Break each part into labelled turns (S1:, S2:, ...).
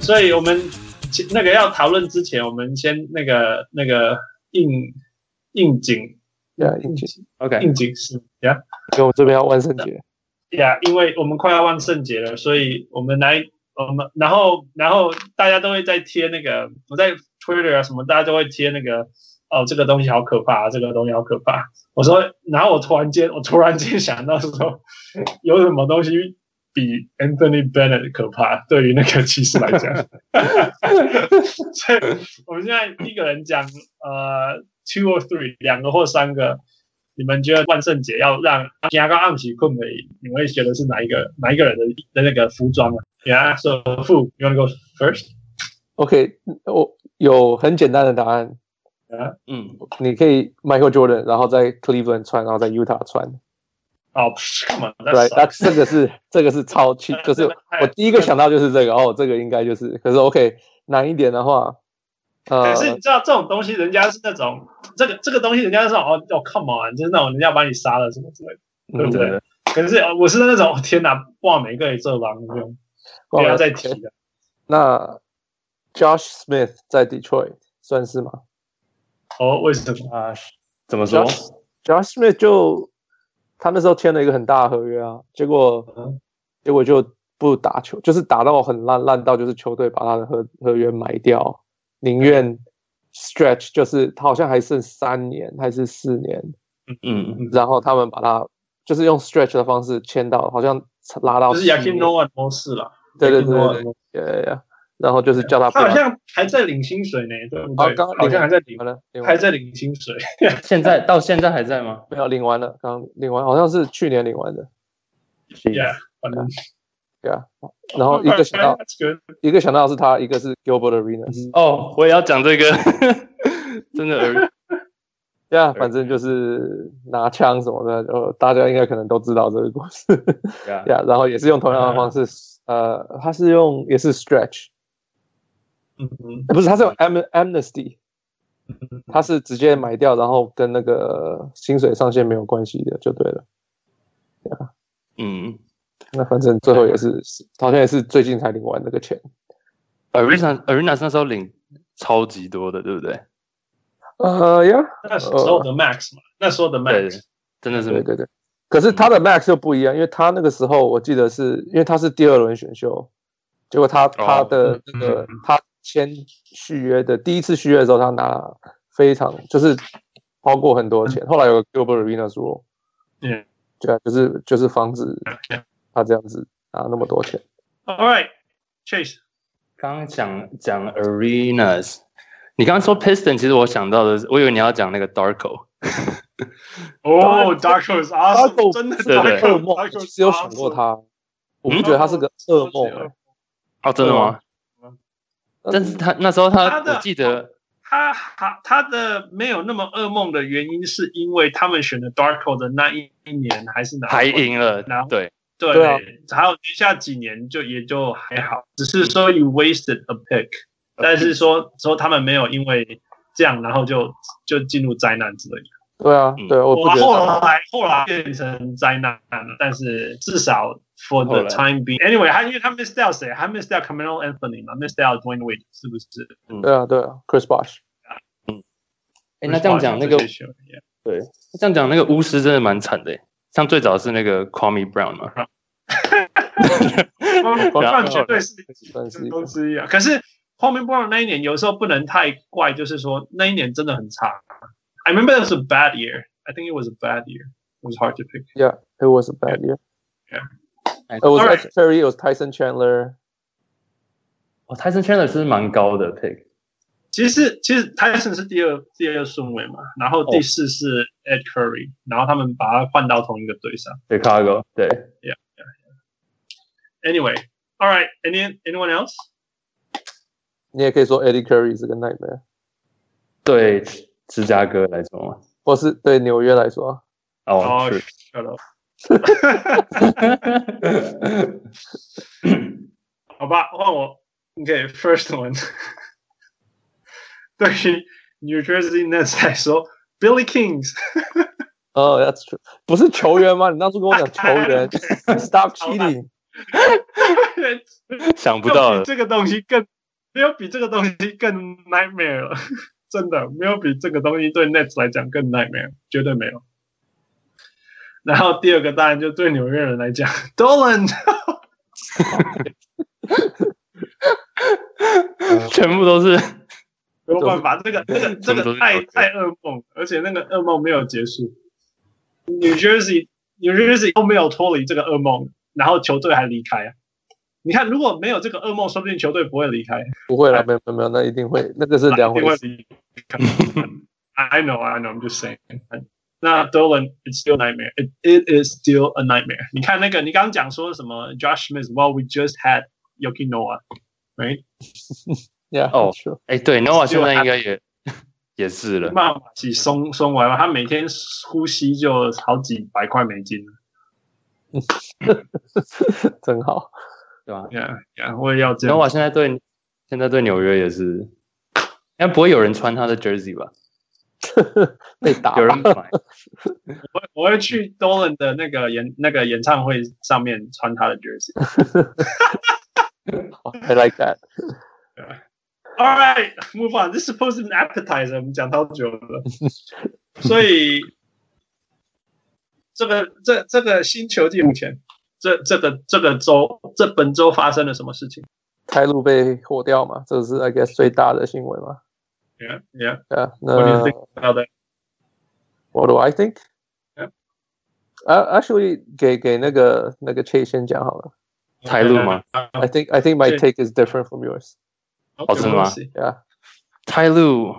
S1: 所以我们其那个要讨论之前，我们先那个那个应应景
S2: Yeah，应景
S1: 嗯
S3: OK，
S1: 应景是呀。
S2: 因为我们这边要万圣节，
S1: 呀因为我们快要万圣节了，所以我们来，我们然后然后大家都会在贴那个，我在 Twitter 啊什么，大家都会贴那个，哦，这个东西好可怕、这个东西好可怕。我说，然后我突然间，我突然间想到说，有什么东西比 Anthony Bennett 可怕？对于那个骑士来讲，所以我们现在一个人讲，呃，two or three，两个或三个。你们觉得万圣节要让加个暗喜困美，你们会觉得是哪一个哪一个人的的那个服装啊？Yeah, so who you wanna go first?
S2: OK，我有很简单的答案，
S3: 嗯，
S2: 你可以 Michael Jordan，然后在 Cleveland 穿，然后在 Utah 穿，
S1: 哦、oh,，Come on, that's 哎
S2: 对，那这 个是这个是超气，就是我第一个想到就是这个哦，这个应该就是，可是 OK 难一点的话，呃
S1: 哎可，是你知道这种东西，人家是那种这个这个东西，人家是那种哦哦，Come on，就是那种人家把你杀了什么之类的。对不
S2: 嗯
S1: 对
S3: 对
S1: 可是哦我是那种哦天哪，哇，每个也这帮不用不要再提了。
S2: 那 Josh Smith 在 Detroit 算是吗
S1: 哦，为什么？
S3: 啊，怎么说？
S2: ？Josh Smith 就他那时候签了一个很大的合约啊，结果
S1: 嗯
S2: 结果就不打球，就是打到很烂，烂到就是球队把他的合合约买掉，宁愿 stretch，就是他好像还剩三年还是四年，
S3: 嗯，
S2: 然后他们把他就是用 stretch 的方式签到，好像拉到
S1: 就是
S2: 七
S1: Yakin
S2: 年
S1: Noah 模式了。
S2: 对对
S1: Yakin
S2: 对
S1: Noah
S2: 对对对对，然后就是叫他不
S1: 啊他好
S2: 要
S1: 像还在领薪水呢，对不
S2: 好
S1: 对？
S2: 刚
S1: 好像还在领
S2: 完，了，领
S1: 还
S2: 完
S1: 在领薪水。
S3: 现 在到现在还在吗？
S2: 没有领完了，刚领完好像是去年领完的，
S1: Yeah，反正
S2: 对啊。然后一个想到
S1: That's good
S2: 一个想到是他，一个是 Gilbert Arenas，
S3: 哦，我也要讲这个， 真的而
S2: 对啊，反正就是拿枪什么的，呃，大家应该可能都知道这个故事，
S3: 呀
S2: 对啊。然后也是用同样的方式，呃，他是用也是 stretch，
S1: 嗯嗯
S2: 呃不是，他是用 am amnesty，他是直接买掉，然后跟那个薪水上限没有关系的，就对了。
S3: 嗯
S2: 那反正最后也是，好像也是最近才领完那个钱。
S3: ，Arena Arena 那时候领超级多的，对不对？
S2: 呃呀，
S1: 那时候的 Max 嘛，那时候的
S3: 对
S1: Max，，
S3: 真的
S2: 对
S3: 是
S2: 对对。可是他的 max 又不一样，因为他那个时候我记得是因为他是第二轮选秀，结果他他的那个、
S1: 嗯
S2: 他签续约的第一次续约的时候，他拿非常就是超过很多钱。后来有个 Gilbert Arenas rule，
S1: 嗯
S2: 对啊，就是就是防止他这样子拿那么多钱。
S1: ，All right，Chase，
S3: 刚刚讲讲 Arenas，你刚刚说 Piston，其实我想到的是，我以为你要讲那个 Darko，
S1: 哦，Darko is awesome，
S2: Darko-
S1: 真的
S3: 对对
S2: 噩
S1: Darko
S2: 梦
S1: Darko，
S2: 我
S1: is
S2: 其实有想过
S1: awesome，
S2: 他，我不觉得他是个噩梦、欸，
S3: 哦，真的吗？但是他那时候他，
S1: 他的
S3: 我记得
S1: 他他他的没有那么噩梦的原因，是因为他们选的 Darko 的那一一年还是哪
S3: 还赢了
S1: 然后，
S3: 对，
S1: 对，
S2: 对啊
S1: 还有接下几年就也就还好，只是说 you wasted a pick，但是说说他们没有因为这样，然后就就进入灾难之类的。
S2: 对啊，
S3: 嗯
S2: 对啊，我不觉得
S1: 后来后来变成灾难了，但是至少 for
S3: 后
S1: the
S3: 来
S1: time being。Anyway，他因为他 miss 掉谁？他 miss 掉 Camilo Anthony 嘛，miss 掉 Dwayne Wade 是不是？
S2: 对啊，对啊，Chris Bosh，
S3: 哎，那这样讲那个
S1: 这些球员
S3: 这样讲，那个巫师真的蛮惨的欸。像最早是那个 Kwame Brown 嘛，啊
S1: 哦我看绝对是
S2: 算是一个
S1: 都之一啊。可是后面 Brown 那一年有时候不能太怪，就是说那一年真的很差。I remember it was a bad year. I think it was a bad year. It was hard to pick.
S2: ，Yeah，it was a bad year。It
S3: 哎
S2: was
S1: Alright.
S2: H. Perry, it was Tyson Chandler.
S3: 哦，泰森 Chandler 是蛮高的 pick，
S1: 其实其实 Tyson 是第二第二顺位嘛，然后第四是 Ed Curry，、然后他们把他换到同一个队上。
S3: Chicago，对，
S1: Anyway, all right. Any anyone else?
S2: 你也可以说 Eddie Curry 是个 nightmare，
S3: 对芝加哥来说嘛，
S2: 或是对纽约来说，
S3: 哦，是
S1: Oh, shut up. 好吧，换我。OK，first、one 。对于 New Jersey Nets 来说，Billy Kings
S2: 哦、t h a t s true，不是球员吗？你当初跟我讲球员 ，Stop cheating，
S3: 想不到了，
S1: 这个东西更没有比这个东西更 nightmare 了， 真的没有比这个东西对 Nets 来讲更 nightmare，绝对没有。然后第二个当然就对纽约人来讲，Dolan
S3: 全部都是
S1: 没有办法，这个这个这
S3: 全部都
S1: 个
S3: 是
S1: 太
S3: 纽约
S1: 太噩梦，而且那个噩梦没有结束。New Jersey New Jersey 都没有脱离这个噩梦，然后球队还离开啊。你看，如果没有这个噩梦，说不定球队不会离开。
S2: 不会了，没有没有没有，那一定会，那个 是两回
S1: 另外
S2: 事。
S1: 的 I know, I know. I'm just saying. 那 Dolan, it's still a nightmare. It, it is still a nightmare. 你看那个，你刚刚讲说什么？Josh Smith. Well, we just had Yoki Noah, right?
S2: Yeah，
S3: 哦
S2: sure
S3: 哎，对，Nova 现在应该也也是 了，
S1: 慢慢洗松松完了，他每天呼吸就好几百块美金了。
S2: 真好。
S3: 对吧
S1: Yeah, yeah. 我也要这样。
S3: ？Nova 现在对现在对纽约也是，应该不会有人穿他的 jersey 吧？
S2: 被打
S3: 有人买，
S1: 我我会去 Dolan 的那个演那个演唱会上面穿他的 jersey。
S2: ，I like that。
S1: All right, move on. This is supposed to be an appetizer. 我们讲到久了，所以这个这这个新球季目前这这个这个周这本周发生了什么事情
S2: 开路被火掉嘛，这是 I guess 最大的新闻嘛。
S1: ？Yeah, yeah.
S2: 对啊，
S1: What do
S2: 那
S1: you think about that?
S2: What do I think？Uh,
S1: Yeah.
S2: 啊、uh,，actually 给给那个那个 Chase 先讲好了。
S3: 台路呃吗
S1: 呃
S2: I think I think my
S1: 对
S2: take is different from yours.
S1: 好
S3: 真的吗
S2: Yeah，
S3: 泰路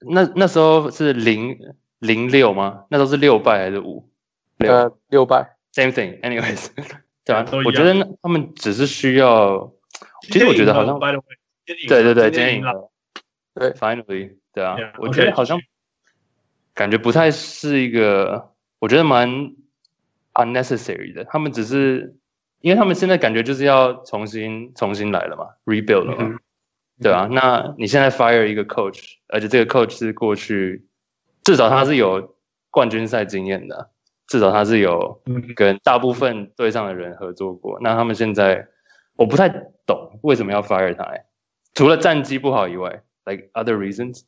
S3: 那那时候是零零六吗？那时候是六败还是五？六、
S2: 呃，六败。
S3: same thing anyways，对啊
S1: 都一样，
S3: 我觉得那他们只是需要，其实我觉得好像
S1: By the way，
S3: 对对对，
S1: 今天
S3: 今天
S1: 赢
S3: 赢
S1: 了
S3: 了，
S2: 对
S3: ，finally，对啊
S1: Yeah，
S3: 我觉
S1: OK
S3: 得好像感觉不太是一个，我觉得蛮 unnecessary 的，他们只是因为他们现在感觉就是要重新重新来了嘛，rebuild 了嘛，
S1: 嗯
S3: 对啊，那你现在 fire 一个 coach，而且这个 coach 是过去至少他是有冠军赛经验的啊，至少他是有
S1: 嗯
S3: 跟大部分队上的人合作过。那他们现在我不太懂为什么要 fire 他、欸，除了战绩不好以外，like other reasons。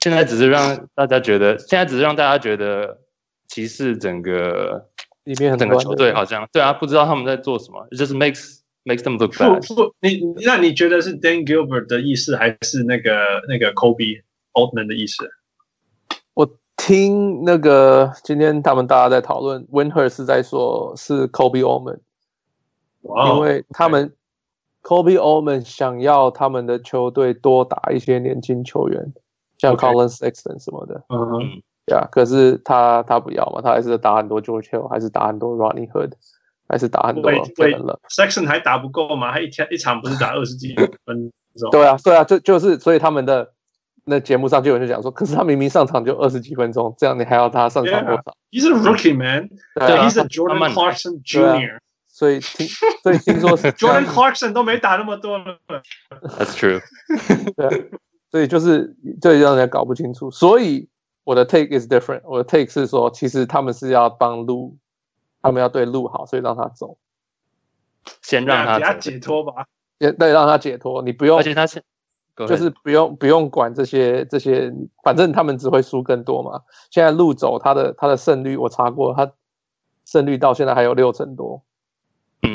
S3: 现在只是让大家觉得，现在只是让大家觉得骑士整个
S2: 里面很
S3: 整个
S2: 乱
S3: 球
S2: 的
S3: 队好像对啊，不知道他们在做什么，就是 makes makes them look
S1: 不
S3: bad。
S1: 不，你那你觉得是 Dan Gilbert 的意思，还是那个那个 Kobe Altman 的意思？
S2: 我听那个今天他们大家在讨论 w i n h e r 是在说是 Kobe Oman，、
S3: 哦
S1: 哇哦
S2: 因为他们 Kobe Oman 想要他们的球队多打一些年轻球员，像
S1: OK
S2: Colin Sexton 什么的。
S1: 嗯
S2: 对啊，可是他他不要嘛，他还是打很多 George Hill，还是打很多 Ronnie Hood，还是打很多
S1: Wait,
S2: Kevin Love。
S1: ，Section 还打不够吗？他一天一场不 是打二十几分钟？
S2: 对啊，对啊，就就是所以他们的那节目上就有人就讲说，可是他明明上场就二十几分钟，这样你还要他上场多少？
S1: He's a rookie, man.
S2: 对啊
S1: He's a Jordan
S3: 慢慢
S1: Clarkson
S2: 对啊
S1: Jr.
S2: 所以听所以听说是
S1: Jordan Clarkson 都没打那么多了。
S3: That's true。
S2: 对啊，所以就是这让人家搞不清楚。所以我的 take is different，我的 take 是说，其实他们是要帮路，他们要对路好，所以让他走，
S3: 先让
S1: 给他
S3: 他走，
S1: 解脱吧。
S2: 也对，让他解脱，你不用
S3: 而且他是
S2: 就是不用不用管这些这些，反正他们只会输更多嘛。现在路走他的他的胜率我查过，他胜率到现在还有六成多，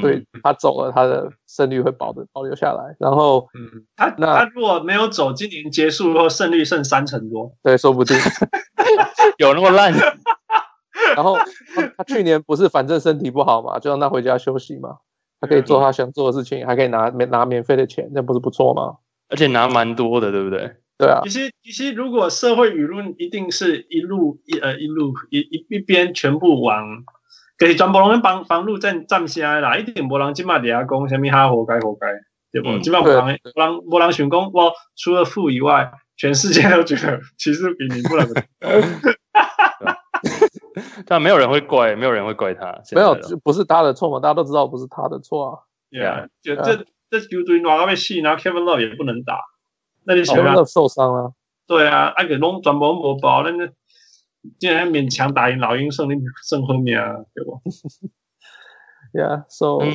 S2: 对、
S3: 嗯
S2: 他走了，他的胜率会保的保留下来。然后
S1: 嗯，他
S2: 那
S1: 他如果没有走，今年结束后胜率剩三成多。
S2: 对，说不定，
S3: 有那么烂，
S2: 然后他他去年不是反正身体不好嘛，就让他回家休息嘛，他可以做他想做的事情，还可以拿免拿免费的钱，那不是不错吗？
S3: 而且拿蛮多的，对不对？
S2: 对啊
S1: 其，实其实如果社会舆论一定是一路一呃一路一一一边全部往。给全部人帮帮路站站起来啦！一定无人即马底下讲什么哈活该活该，对不？
S3: 嗯
S1: 即马无人无人无人想讲，我除了富以外，全世界都觉得 其实比你不能
S3: 啊但没有人会怪，没有人会怪他。现
S2: 没
S3: 在
S2: 有
S3: 的
S2: 就不是他的错嘛，大家都知道不是他的错啊。
S1: Yeah，
S3: Yeah.
S1: 就
S2: Yeah.
S1: 这这球队拿到被戏，然后 Kevin Love 也不能打，那你想
S2: 全
S1: 啊，
S2: 部哦受伤了、
S1: 对啊，啊个拢全部拢无保，那那竟然勉强打赢老鹰胜利胜后面啊，对不？
S2: y e a h s o
S3: 嗯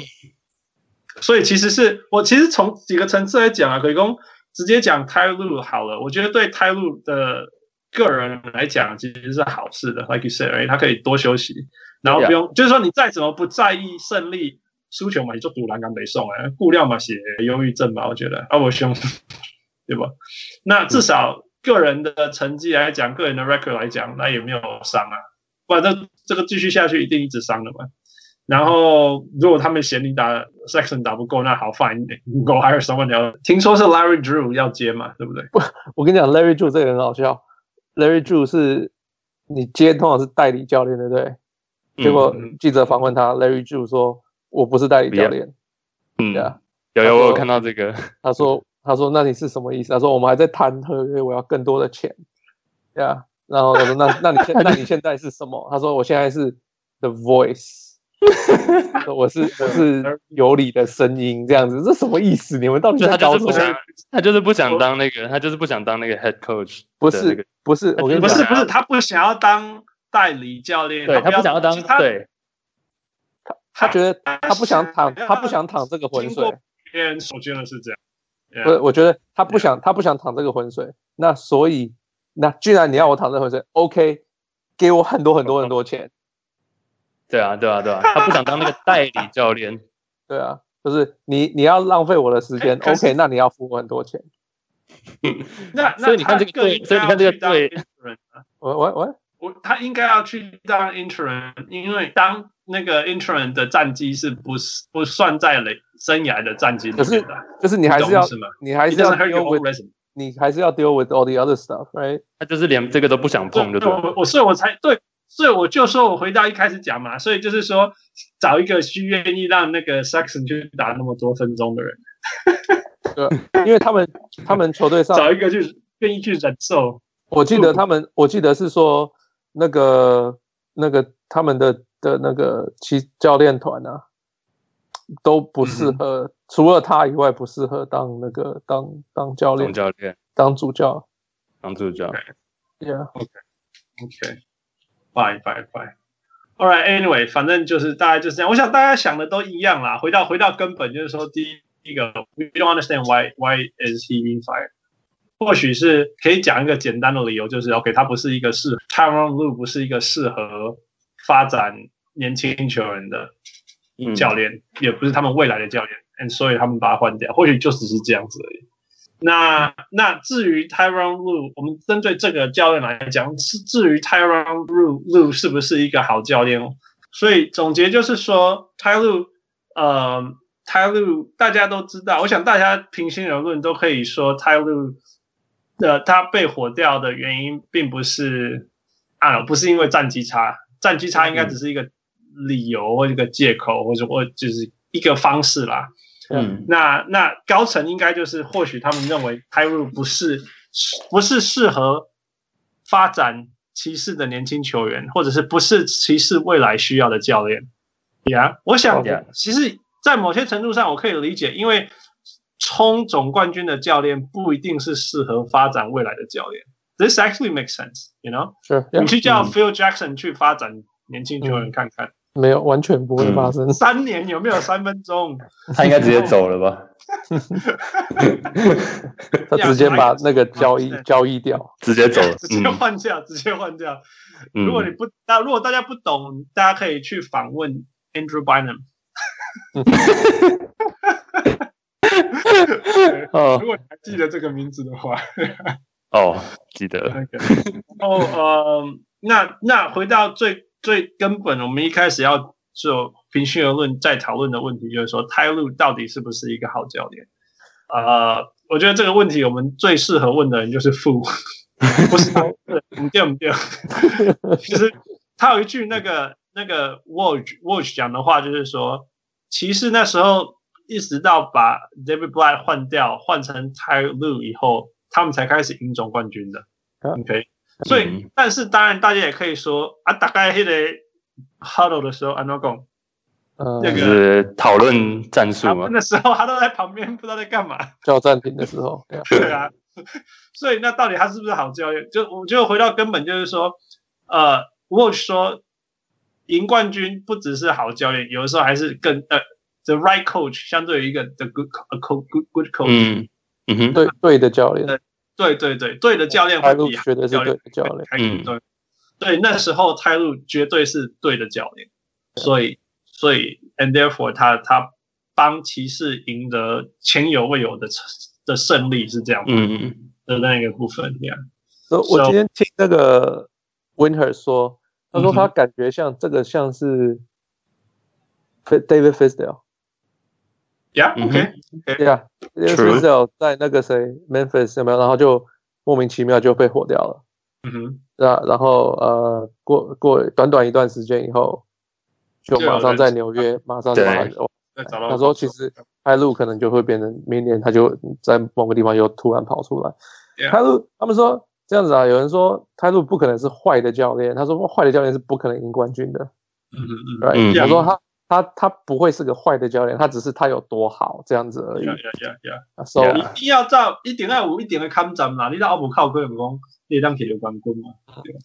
S1: 所以其实是我其实从几个层次来讲啊，可以讲直接讲 t y l 好了，我觉得对 t y l 的个人来讲其实是好事的，like you said，、right? 他可以多休息，然后不用就是说你再怎么不在意胜利。输球嘛，你就赌栏杆北送哎，固料嘛写忧郁症嘛，我觉得啊，我凶，对吧？那至少个人的成绩来讲，个人的 record 来讲，那也没有伤啊，不然这这个继续下去一定一直伤的嘛。然后如果他们嫌你打 section 打不够，那好 fine，你 go hire someone else。听说是 Larry Drew 要接嘛，对不对？
S2: 我跟你讲，Larry Drew 这个人好笑，Larry Drew 是你接通常是代理教练，对不对？结
S3: 嗯
S2: 果记者访问他，Larry Drew 说。我不是代理教练，
S3: 嗯，
S2: 对啊，
S3: 有
S2: 他
S3: 有
S2: 说
S3: 我有看到这个，
S2: 他说他说那你是什么意思？他说我们还在谈合约，我要更多的钱，对啊，然后他说那那你现那你现在是什么？他说我现在是 The Voice，说我是我是有理的声音这样子，这什么意思？你们到底
S3: 就
S2: 在
S3: 他就
S2: 搞
S3: 是
S2: 什
S3: 不
S2: 么？
S3: 想，
S1: 啊
S3: 他就是不想当那个，他就是不想当那个 head coach，
S2: 不
S3: 的那个
S2: 是不是，我跟你
S1: 不
S2: 讲，
S1: 是不是，他不想要当代理教练，
S3: 对他不想要当，
S1: 他
S3: 对
S1: 他
S2: 他觉得他不想淌
S1: 他
S2: 他不想淌这个浑
S1: 经过
S2: 水。
S1: 别人所见的是这样。Yeah
S2: 不是，我觉得他不想，他不想淌这个浑水。那所以，那既然你要我淌这浑水，OK，给我很多很多很多钱。
S3: 对啊对啊 对啊，他不想当那个代理教练，
S2: 对啊，就是你你要浪费我的时间
S1: 哎可是
S2: ，OK，那你要付我很多钱。
S1: 那
S3: 所以你看这个队所以你看这个队，
S2: 我我我
S1: 我他应该要去当 intern，因为当那个 intern 的战绩是不是不算在累生涯的战绩里面的？
S2: 就是你还是
S1: 你懂
S2: 要
S1: 意思吗
S2: 你还
S1: It
S2: 是要
S1: doesn't hurt your
S2: deal
S1: own
S2: with
S1: resume。
S2: 你还是要 deal with all the other stuff，right？
S3: 他就是连这个都不想碰，就
S1: 对，
S3: 对了。
S1: 我我所以我才对，所以我就说我回到一开始讲嘛，所以就是说找一个需愿意让那个 Saxon 去打那么多分钟的人，
S2: 因为他们他们球队上
S1: 找一个去愿意去忍受。
S2: 我记得他们，我记得是说那个那个他们的的那个其教练团啊，都不适合，除了他以外不适合当那个当当教
S3: 总
S2: 练
S3: 教练、
S2: 当主教。
S3: 当助教，
S2: Yeah，
S1: OK，拜拜拜。All right, anyway，反正就是大概就是这样。我想大家想的都一样啦。回到回到根本，就是说第一第一个，we don't understand why why is he being fired。或许是可以讲一个简单的理由，就是 OK，他不是一个适 Tyron Lue 不是一个适合发展年轻球员的
S3: 嗯
S1: 教练，也不是他们未来的教练，and 所以他们把他换掉，或许就只是这样子而已。那那至于 Tyron Lu，我们针对这个教练来讲，是至于 Tyron Lu Lu 是不是一个好教练哦？所以总结就是说，Ty Lu，呃，Ty Lu 大家都知道，我想大家平心而论都可以说 Ty Lu 呃，他被火掉的原因并不是啊，不是因为战绩差，战绩差应该只是一个理由或一个借口，或者或就是一个方式啦。
S3: 嗯
S1: 那那高层应该就是，或许他们认为 t y r u 不是不是适合发展骑士的年轻球员，或者是不是骑士未来需要的教练。Yeah，我想
S3: 哦 Yeah
S1: 其实，在某些程度上我可以理解，因为冲总冠军的教练不一定是适合发展未来的教练。This actually makes sense, you know？
S2: 是、
S1: 你
S2: yeah,
S1: 去叫
S3: 嗯
S1: Phil Jackson 去发展年轻球员看看，
S2: 没有完全不会发生。
S1: 三年有没有三分钟？
S3: 他应该直接走了吧？
S2: 他直接
S1: Yeah，
S2: 把那个交易
S1: 是
S2: 交易掉。
S3: 直接走，
S1: 直接换掉，直接换掉。
S3: 嗯
S1: 如果你不，那如果大家不懂，大家可以去访问 Andrew Bynum。
S2: 哦
S1: 如果你还记得这个名字的话，
S3: 哦，记得，
S1: 那个，然后呃，那那回到最最根本，我们一开始要就平心而论再讨论的问题，就是说泰路到底是不是一个好教练？呃，我觉得这个问题我们最适合问的人就是傅，不是我，不对不对。其实他有一句那个那个 Watch Watch 讲的话，就是说，骑士那时候一直到把 David Blatt 换掉，换成 Ty Lue 以后，他们才开始赢总冠军的。
S2: 啊
S1: OK，所以、
S3: 嗯
S1: 但是当然大家也可以说啊，大概那个 Huddle 的时候，安诺贡
S2: 嗯、
S1: 那
S3: 就
S1: 个
S3: 是讨论战术啊
S1: 他
S3: 嘛
S1: 们，那时候他都在旁边不知道在干嘛。
S2: 叫暂停的时候，对啊
S1: 对啊， 所以那到底他是不是好教练？就我就回到根本，就是说，呃，Watch 说赢冠军不只是好教练，有的时候还是更呃 the right coach 相对于一个 the good a coach good good coach，、
S3: 嗯嗯哼，
S2: 对对的教练，
S1: 对对对对的教练啊
S2: 泰
S1: 会
S2: 路
S3: 嗯
S1: 比
S2: 绝对是对的教练。
S1: 还对对，那时候泰路绝对是对的教练，所以所以 and therefore 他他帮骑士赢得前有未有的的胜利是这样
S3: 嗯嗯嗯
S1: 的那一个部分，yeah，
S2: 所以我
S1: So-
S2: 今天听那个 Winter 说，他说
S1: 嗯哼
S2: 他感觉像这个像是 Fi- David Fisdale，
S3: 嗯
S1: yeah，OK，、
S2: 对啊，David
S3: True
S2: Fisdale 在那个谁 Memphis 有没有？然后就莫名其妙就被火掉了。
S1: 嗯哼，
S2: 那然后呃，过过短短一段时间以后，就
S1: 就有
S2: 马上
S1: 人
S2: 在纽约马上就
S3: 对
S2: 马上就
S1: 再找到
S2: 他说其实开路可能就会变成明年他就在某个地方又突然跑出来。
S1: Yeah
S2: 开路他们说这样子啊，有人说开路不可能是坏的教练，他说坏的教练是不可能赢冠军的。
S1: 嗯嗯嗯
S2: r
S3: 嗯
S2: 他说他他他不会是个坏的教练，他只是他有多好这样子而已啊
S1: ，yeah。yeah yeah yeah。
S2: So
S3: Yeah
S1: 一定要照一点二五一点的看站啦，你到奥姆靠哥有功，你当铁球冠军嘛？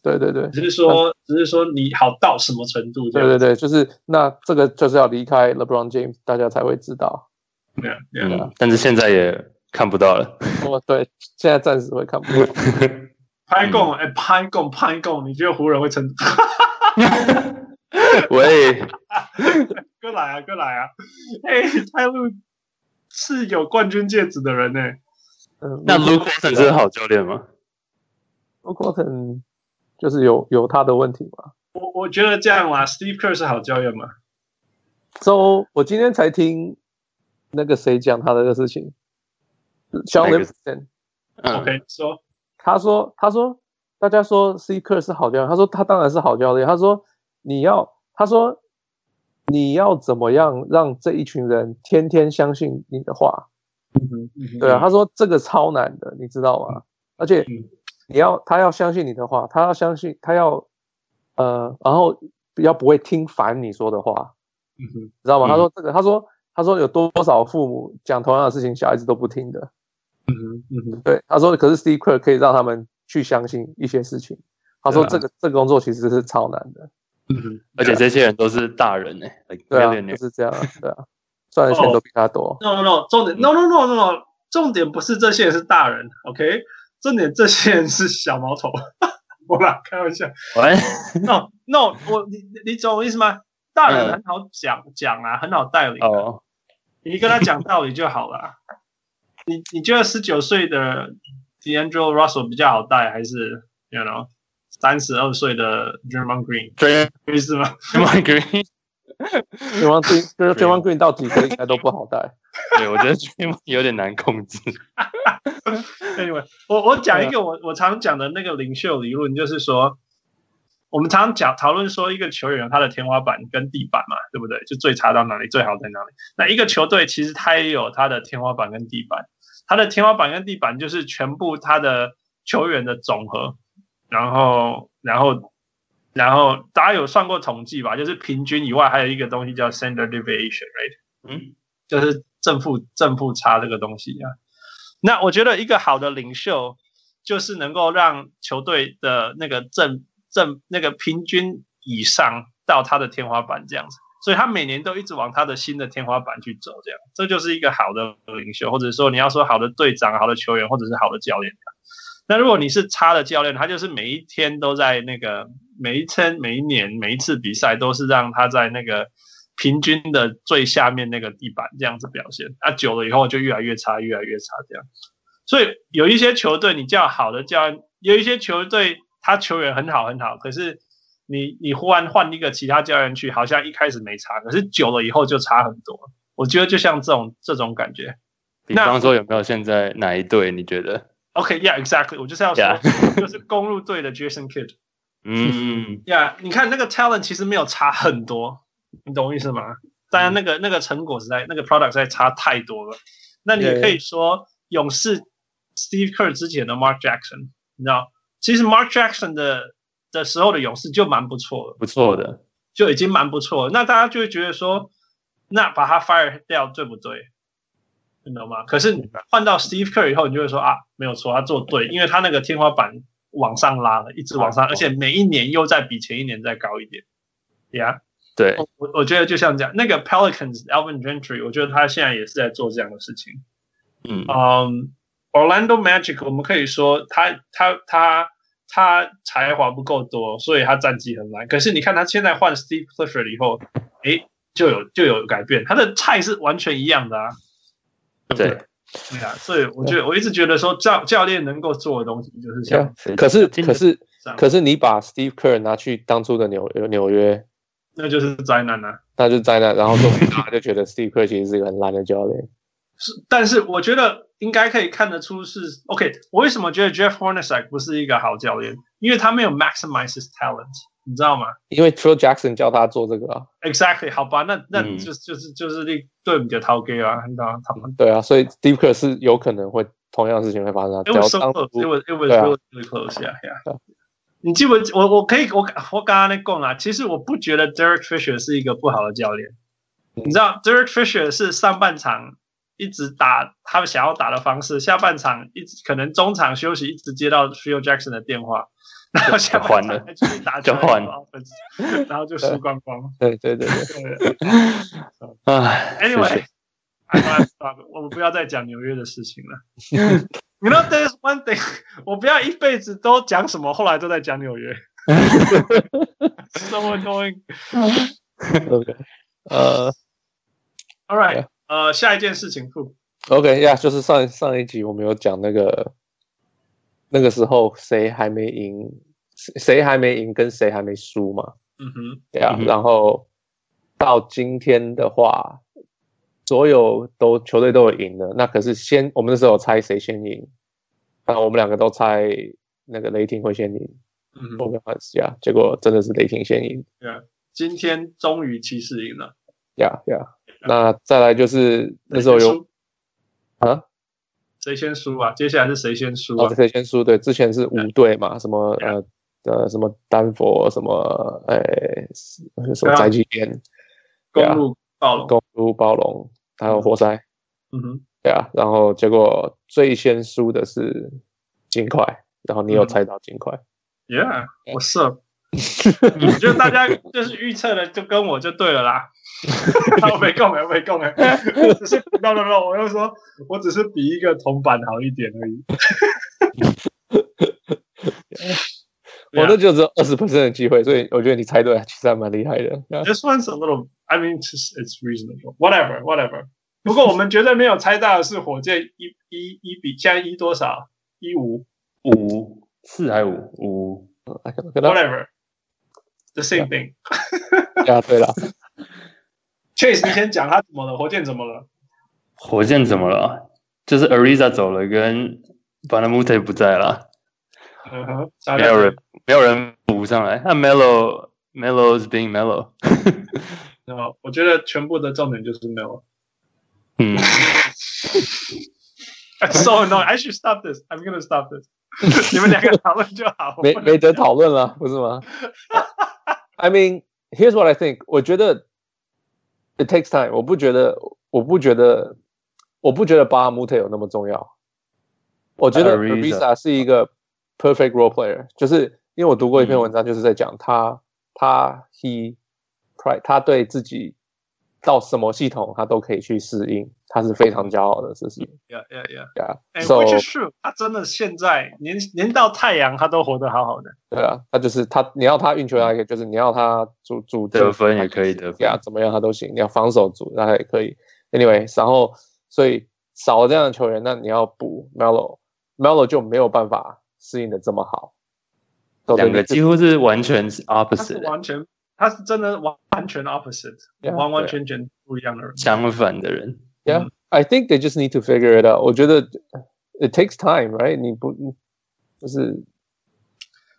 S2: 对对对。
S1: 只是说，只是说你好到什么程度这
S2: 对对
S1: 样？
S2: 对，就是那这个就是要离开 LeBron James，大家才会知道。
S1: 对对对啊对
S3: 嗯，但是现在也看不到了。
S2: 哦，对，现在暂时会看不到。
S1: 拍供哎，拍供拍供，你觉得湖人会成？
S3: 喂，
S1: 哥来啊，哥来啊！ 哎，泰路是有冠军戒指的人呢、哎
S2: 嗯，
S3: 那 Luke Walton 是好教练吗？
S2: Luke Walton 就是有有他的问题嘛。
S1: 我我觉得这样啦，Steve Kerr 是好教练嘛？
S2: So 我今天才听那个谁讲他的这个事情 s h a
S3: 哪
S2: n
S3: 个
S2: Livingston，
S3: 嗯
S1: OK，说、
S2: 他说他说大家说 C 克是好教练，他说他当然是好教练，他说你要他说你要怎么样让这一群人天天相信你的话，
S1: 嗯哼嗯哼
S2: 对啊，他说这个超难的，你知道吗？而且
S1: 嗯
S2: 你要他要相信你的话，他要相信他要呃，然后要不会听烦你说的话，
S1: 嗯哼
S2: 知道吗？
S3: 嗯
S2: 他说这个，他说他说有多少父母讲同样的事情，小孩子都不听的。
S1: 嗯哼嗯哼
S2: 对，他说可是 Steve Kerr 可以让他们去相信一些事情。他说
S1: 对
S2: 这
S1: 啊
S2: 个、这个工作其实是超难的，
S1: 嗯哼，
S3: 而且这些人都是大人呢、欸、，like
S2: 对啊，
S3: millionaire
S2: 就是这样啊，对啊，赚的钱都比他多。
S1: No No No，重点 No No No No No，重点不是这些人是大人，OK，重点这些人是小毛头。 我啦，开玩笑。
S3: 喂，
S1: No No，我你你懂我意思吗？大人很好讲、讲啊，很好带领啊、
S3: 哦，
S1: 你跟他讲道理就好了啊。你你觉得十九岁的 D'Angelo Russell 比较好带，还是 you know 三十二岁的 Draymond Green？
S3: 追
S1: 有意思吗？
S3: Draymond Green，
S2: j a m a n Green 就是 j a m a n Green 到几岁应该都不好带。
S3: 对我觉得 Draymond 有点难控制。
S1: Anyway，我我讲一个我我常讲的那个领袖理论，就是说，我们常讲讨论说一个球员他的天花板跟地板嘛，对不对？就最差到哪里，最好在哪里。那一个球队其实他也有他的天花板跟地板，他的天花板跟地板就是全部他的球员的总和，然后然后然后大家有算过统计吧？就是平均以外还有一个东西叫 standard deviation，right？
S3: 嗯
S1: 就是正负正负差这个东西啊。那我觉得一个好的领袖，就是能够让球队的那个正正那个平均以上到他的天花板这样子，所以他每年都一直往他的新的天花板去走，这样这就是一个好的领袖，或者说你要说好的队长、好的球员，或者是好的教练。那如果你是差的教练，他就是每一天都在那个每一天、每一年、每一次比赛都是让他在那个平均的最下面那个地板这样子表现。啊，久了以后就越来越差，越来越差这样。所以有一些球队你叫好的教练，有一些球队他球员很好很好，可是你你忽然换一个其他教练去，好像一开始没差，可是久了以后就差很多。我觉得就像这种这种感觉。
S3: 比方说有没有现在哪一队你觉得？
S1: OK，yeah，exactly，、我就是要说
S3: Yeah
S1: 就是公路队的 Jason Kidd。
S3: 嗯，
S1: 呀你看那个 talent 其实没有差很多，你懂我意思吗？当然，那个那个成果实在，那个 product 实在差太多了。那你
S2: Yeah, yeah.
S1: 可以说勇士 Steve Kerr 之前的 Mark Jackson，你知道，其实 Mark Jackson 的的时候的勇士就蛮不错了，
S3: 不错的，
S1: 就已经蛮不错了。那大家就会觉得说，那把他 fire 掉对不对？你懂吗？可是换到 Steve Kerr 以后，你就会说啊，没有错，他做对，因为他那个天花板往上拉了，一直往上，
S3: 哦
S1: 而且每一年又在比前一年再高一点。Yeah，
S3: 对，
S1: 我我觉得就像这样，那个 Pelicans Alvin Gentry，我觉得他现在也是在做这样的事情。
S3: 嗯，
S1: 嗯、o r l a n d o Magic，我们可以说他他他他才华不够多，所以他战绩很烂。可是你看他现在换 Steve Clifford 以后，诶，就有就有改变，他的菜是完全一样的啊。
S3: 对，
S1: 对啊，所以我觉得我一直觉得说教教练能够做的东西就是
S3: 啊
S1: 像
S2: 可是
S3: 今年
S2: 可是
S1: 这样，
S2: 可是你把 Steve Kerr 拿去当初的纽纽约，
S1: 那就是灾难啊。
S2: 那就灾难，然后就 大家就觉得 Steve Kerr 其实是一个很烂的教练。
S1: 是，但是我觉得应该可以看得出是 OK。我为什么觉得 Jeff Hornacek 不是一个好教练？因为他没有 maximize his talent，你知道吗
S2: 因为 Phil Jackson 叫他做这个啊，
S1: ？Exactly，好吧，那那
S3: 嗯
S1: 就、就是就是那对你的陶给啊，你知道吗他们。
S2: 对啊，所以 Steve Kerr 是有可能会同样的事情会发生啊。只
S1: It
S2: 要
S1: was so
S2: 当
S1: close. It
S2: 初
S1: was it was
S2: 对啊
S1: really really close. Yeah, yeah. 你记不记？我我可以我我刚刚那讲啊，其实我不觉得 Derek Fisher 是一个不好的教练。
S2: 嗯
S1: 你知道 Derek Fisher 是上半场一直打他们想要打的方式，下半场一直可能中场休息一直接到 Phil Jackson 的电话，然后下半
S3: 换
S1: 场
S3: 了
S1: 还去打
S3: 就换
S1: Terry Roberts，然后就输光光。
S2: 对对对对，
S1: 对
S3: 唉谢谢
S1: ，Anyway，I don't have to talk- 我们不要再讲纽约的事情了。You know, there's one thing，我不要一辈子都讲什么，后来都在讲纽约。so annoying.
S2: 呃
S1: All right，呃，下一件事情，Fu，
S2: ，OK 呀、就是上上一集我们有讲那个那个时候谁还没赢，谁谁还没赢跟谁还没输嘛，
S1: 嗯哼，
S2: 对啊
S3: 嗯，哼
S2: 然后到今天的话，所有都球队都有赢了，那可是先我们那时候有猜谁先赢，然后我们两个都猜那个雷霆会先赢，
S1: 嗯
S2: 我
S1: 哼，
S2: 们两个呀，结果真的是雷霆先赢，
S1: 今天终于骑士赢了。
S2: 呀呀，那再来就是那时候有啊，
S1: 谁先输啊？接下来是谁先输
S2: 哦
S1: 啊？
S2: 谁先输？对，之前是五队嘛，什么呃呃什么丹佛什么呃什
S1: 啊
S2: 么宅急便、啊
S1: 公路暴龙。
S2: 公路暴龙，还有活塞。
S1: 嗯哼，
S2: 对啊，然后结果最先输的是金块，然后你
S1: 嗯
S2: 有猜到金块，
S1: Yeah，我是，我觉得大家就是预测的就跟我就对了啦。我没空了，我没空了，只是 no no no，我就说我只是比一个铜板好一点而已。
S2: 我哦那就只有二十 percent 的机会，所以我觉得你猜对其实还蛮厉害的。对啊
S1: This one's a little. I mean, it's just- it's reasonable. Whatever, whatever. 不过我们绝对没有猜到的是火箭一一一比现在一多少？一五
S3: 五四还是五五？
S2: 哎 可能可能
S1: ，whatever. The same thing.
S2: 对啊，对了，
S1: Chase，你先讲他怎么了？火箭怎么了？
S3: 火箭怎么了？就是 Ariza 走了，跟 Banamute 不在了，
S1: 嗯哼，大
S3: 没
S1: 家
S3: 有人没有人补上来。那 Melo Melo is being Melo，
S1: No，我觉得全部的重点就是没有。
S3: 嗯，
S1: That's so annoying. I should stop this. I'm gonna stop this. 你们两个讨论就好。
S2: 没没得讨论了，不是吗？I mean, here's what I think，我觉得 it takes time，我不觉得，我不觉得，我不觉得巴哈姆特有那么重要。我觉得 a r i
S3: Ariza
S2: s a 是一个 perfect role player，就是因为我读过一篇文章，就是在讲他他 he pri 他对自己到什么系统他都可以去适应，他是非常骄傲的事情。
S1: Yeah, yeah, yeah.
S2: Yeah，
S1: 哎
S2: So-
S1: which is true. 他真的现在连连到太阳他都活得好好的。
S2: 对啊，他就是他，你要他
S1: 嗯
S2: 运球还可以，就是你要他主主
S3: 得分也可以得分
S2: 呀，啊怎么样他都行，你要防守组那他也可以。Anyway，然后所以少了这样的球员，那你要补 Melo，Melo 就没有办法适应的这么好。
S1: 哦
S2: 懂得
S3: 两个
S2: 你自
S3: 几乎是完全是
S1: 他啊是
S3: opposite，
S1: 完全，他是真的完完全 opposite，
S2: Yeah，啊
S1: 完完全全不一样的人。
S3: 相反的人。
S2: Yeah, I think they just need to figure it out. 我觉得 it takes time, right？你不你就是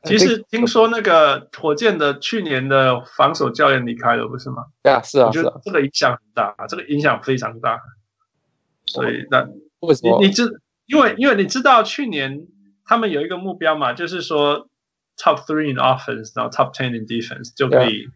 S1: 其实听说那个火箭呃的去年的防守教练离开了，不是吗？
S2: 呀是啊
S1: 我觉
S2: 是
S1: 得
S2: 啊，
S1: 这个影响很大，这个影响非常大。所以那
S2: 为什么
S1: 你你知，因为因为你知道去年他们有一个目标嘛，就是说 top three in offense，然后 top ten in defense 就可以。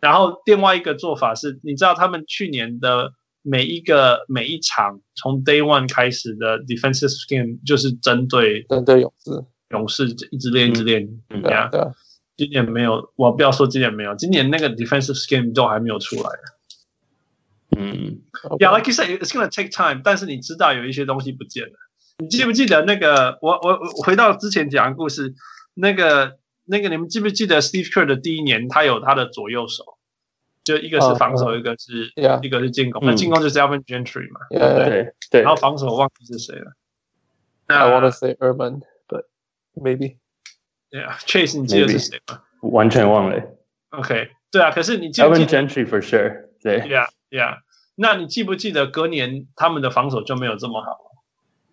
S1: 然后另外一个做法是，你知道他们去年的每一个每一场从 day one 开始的 defensive scheme 就是针对
S2: 针对勇士？
S1: 勇士一直练一直练，
S3: 嗯
S1: 对
S2: 对
S1: 啊
S2: 啊对啊，
S1: 今年没有，我不要说今年没有，今年那个 defensive scheme 都还没有出来。
S3: 嗯，
S1: Yeah, like you said, it's gonna take time. 但是你知道有一些东西不见了。你记不记得那个？我我我回到之前讲的故事，那个那个，你们记不记得 Steve Kerr 的第一年，他有他的左右手，就一个是防守，
S2: 嗯
S1: 一个是
S2: Yeah
S1: 一个是进攻。
S3: 哦嗯
S1: 那进攻就是 Alvin Gentry 嘛，
S2: Yeah, yeah,
S3: 对对
S1: 然后防守我忘记是谁了。
S2: I want
S1: 那
S2: to say Urban, but maybe.
S1: yeah, Chase，你记得是
S3: Maybe
S1: 谁吗
S3: 完全忘了。
S1: ？OK，对啊。可是你记不
S3: Alvin
S1: 记得
S3: Gentry for sure，对，
S1: ？Yeah, yeah。那你记不记得隔年他们的防守就没有这么好了？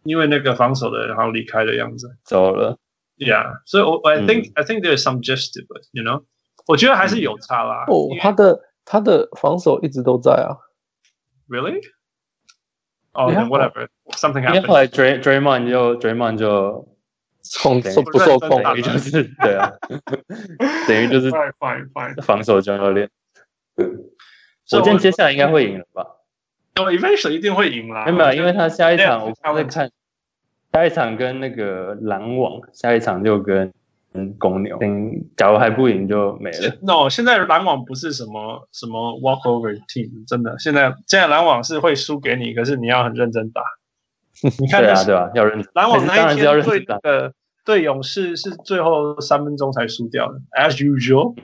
S1: 因为那个防守的然后离开的样子。
S3: 走了。
S1: Yeah, so I
S3: 嗯
S1: think I think there's some gist to it, you know. 我觉得还是有差啦。
S2: 哦
S3: Hmm. Oh,
S1: 因，为
S2: Oh, 他的他的防守一直都在啊。
S1: really? Oh, then
S2: Yeah.
S1: whatever. Something
S3: 因为
S1: happened.
S3: 后来 Dray Draymond 就 Draymond 就
S2: 控
S3: 对
S2: 受不受控？
S3: 等于就是对 啊，等于就是
S1: Fine, fine, fine.
S3: 防守教练。
S1: So
S3: 火箭接下来应该会赢了吧？
S1: 我 eventually 一定会赢啦。
S3: 没有没有，因为他下一场我
S1: Yeah，他
S3: 会
S1: 们
S3: 看，下一场跟那个篮网，下一场就跟嗯公牛。嗯，假如还不赢就没了。
S1: no，现在篮网不是什么什么 walkover team，真的。现在现在篮网是会输给你，可是你要很认真打。你看
S3: 对
S1: 那
S3: 啊
S1: 时
S3: 对啊，要认真。
S1: 篮网
S3: 当
S1: 那一
S3: 然是要
S1: 天
S3: 认
S1: 对
S3: 真
S1: 那
S3: 打。
S1: 个对勇士是最后三分钟才输掉的，as usual，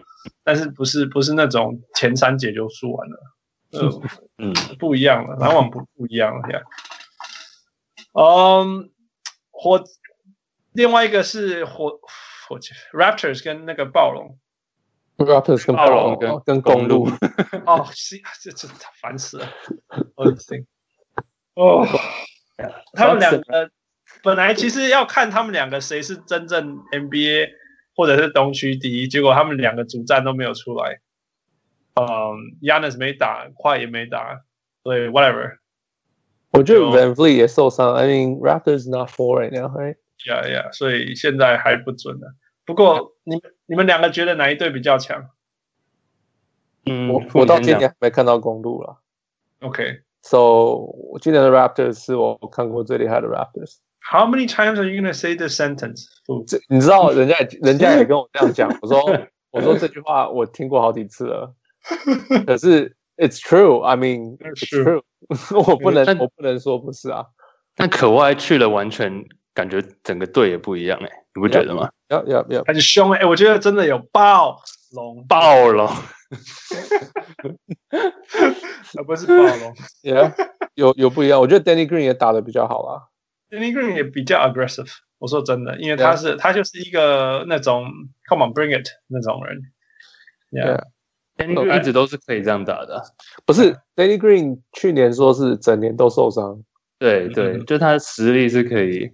S1: 但是不是不是那种前三节就输完了， 呃，
S3: 嗯，
S1: 不一样了，篮网不不一样了呀。嗯，火，另外一个是火火箭 Raptors 跟那个暴龙，
S2: Raptors 跟
S3: 暴龙
S2: 跟
S3: 跟
S2: 跟公
S3: 公
S2: 路
S3: 路，
S1: 哦，是这真的烦死了，我的天，哦，他们两个本来其实要看他们两个谁是真正 NBA 或者是东区第一，结果他们两个主战都没有出来。嗯，Yanis 没打，快也没打，所以 whatever。
S2: 我 觉得
S1: 有
S2: Van Vliet 也受伤。I mean Raptors not for right now, right?
S1: Yeah, yeah，所以现在还不准呢。不过你们你们两个觉得哪一队比较强
S3: 嗯
S2: 我我到
S3: 先
S2: 今
S3: 讲
S2: 年还没看到公路了。
S1: ？OK，How、
S2: So 我今年的 Raptors 是我看过最厉害的 Raptors。
S1: many times are you gonna say this sentence？
S2: 这你知道人家也人家也跟我这样讲，我说我说这句话我听过好几 次了，可是 it's true. I mean it's
S1: It's
S2: true. 我不能
S3: 但
S2: 我不能说不是啊。
S3: 但可外去了，完全感觉整个队也不一样哎、你不觉得吗？
S2: 要要要，
S1: 很凶哎、我觉得真的有暴龙，
S3: 爆了，
S1: 而不是暴 龙。
S2: Yeah，有有不一样。我觉得 Danny Green 也打得比较好啦。
S1: Danny Green 也比较 aggressive。我说真的，因为他是他就是一个那种 come on bring it 那种人。Yeah，,
S3: 一直都是可以这样打的啊。
S2: 不是
S1: 啊
S2: Danny Green 去年说是整年都受伤，
S3: 对对，
S1: 嗯
S3: 就他的实力是可以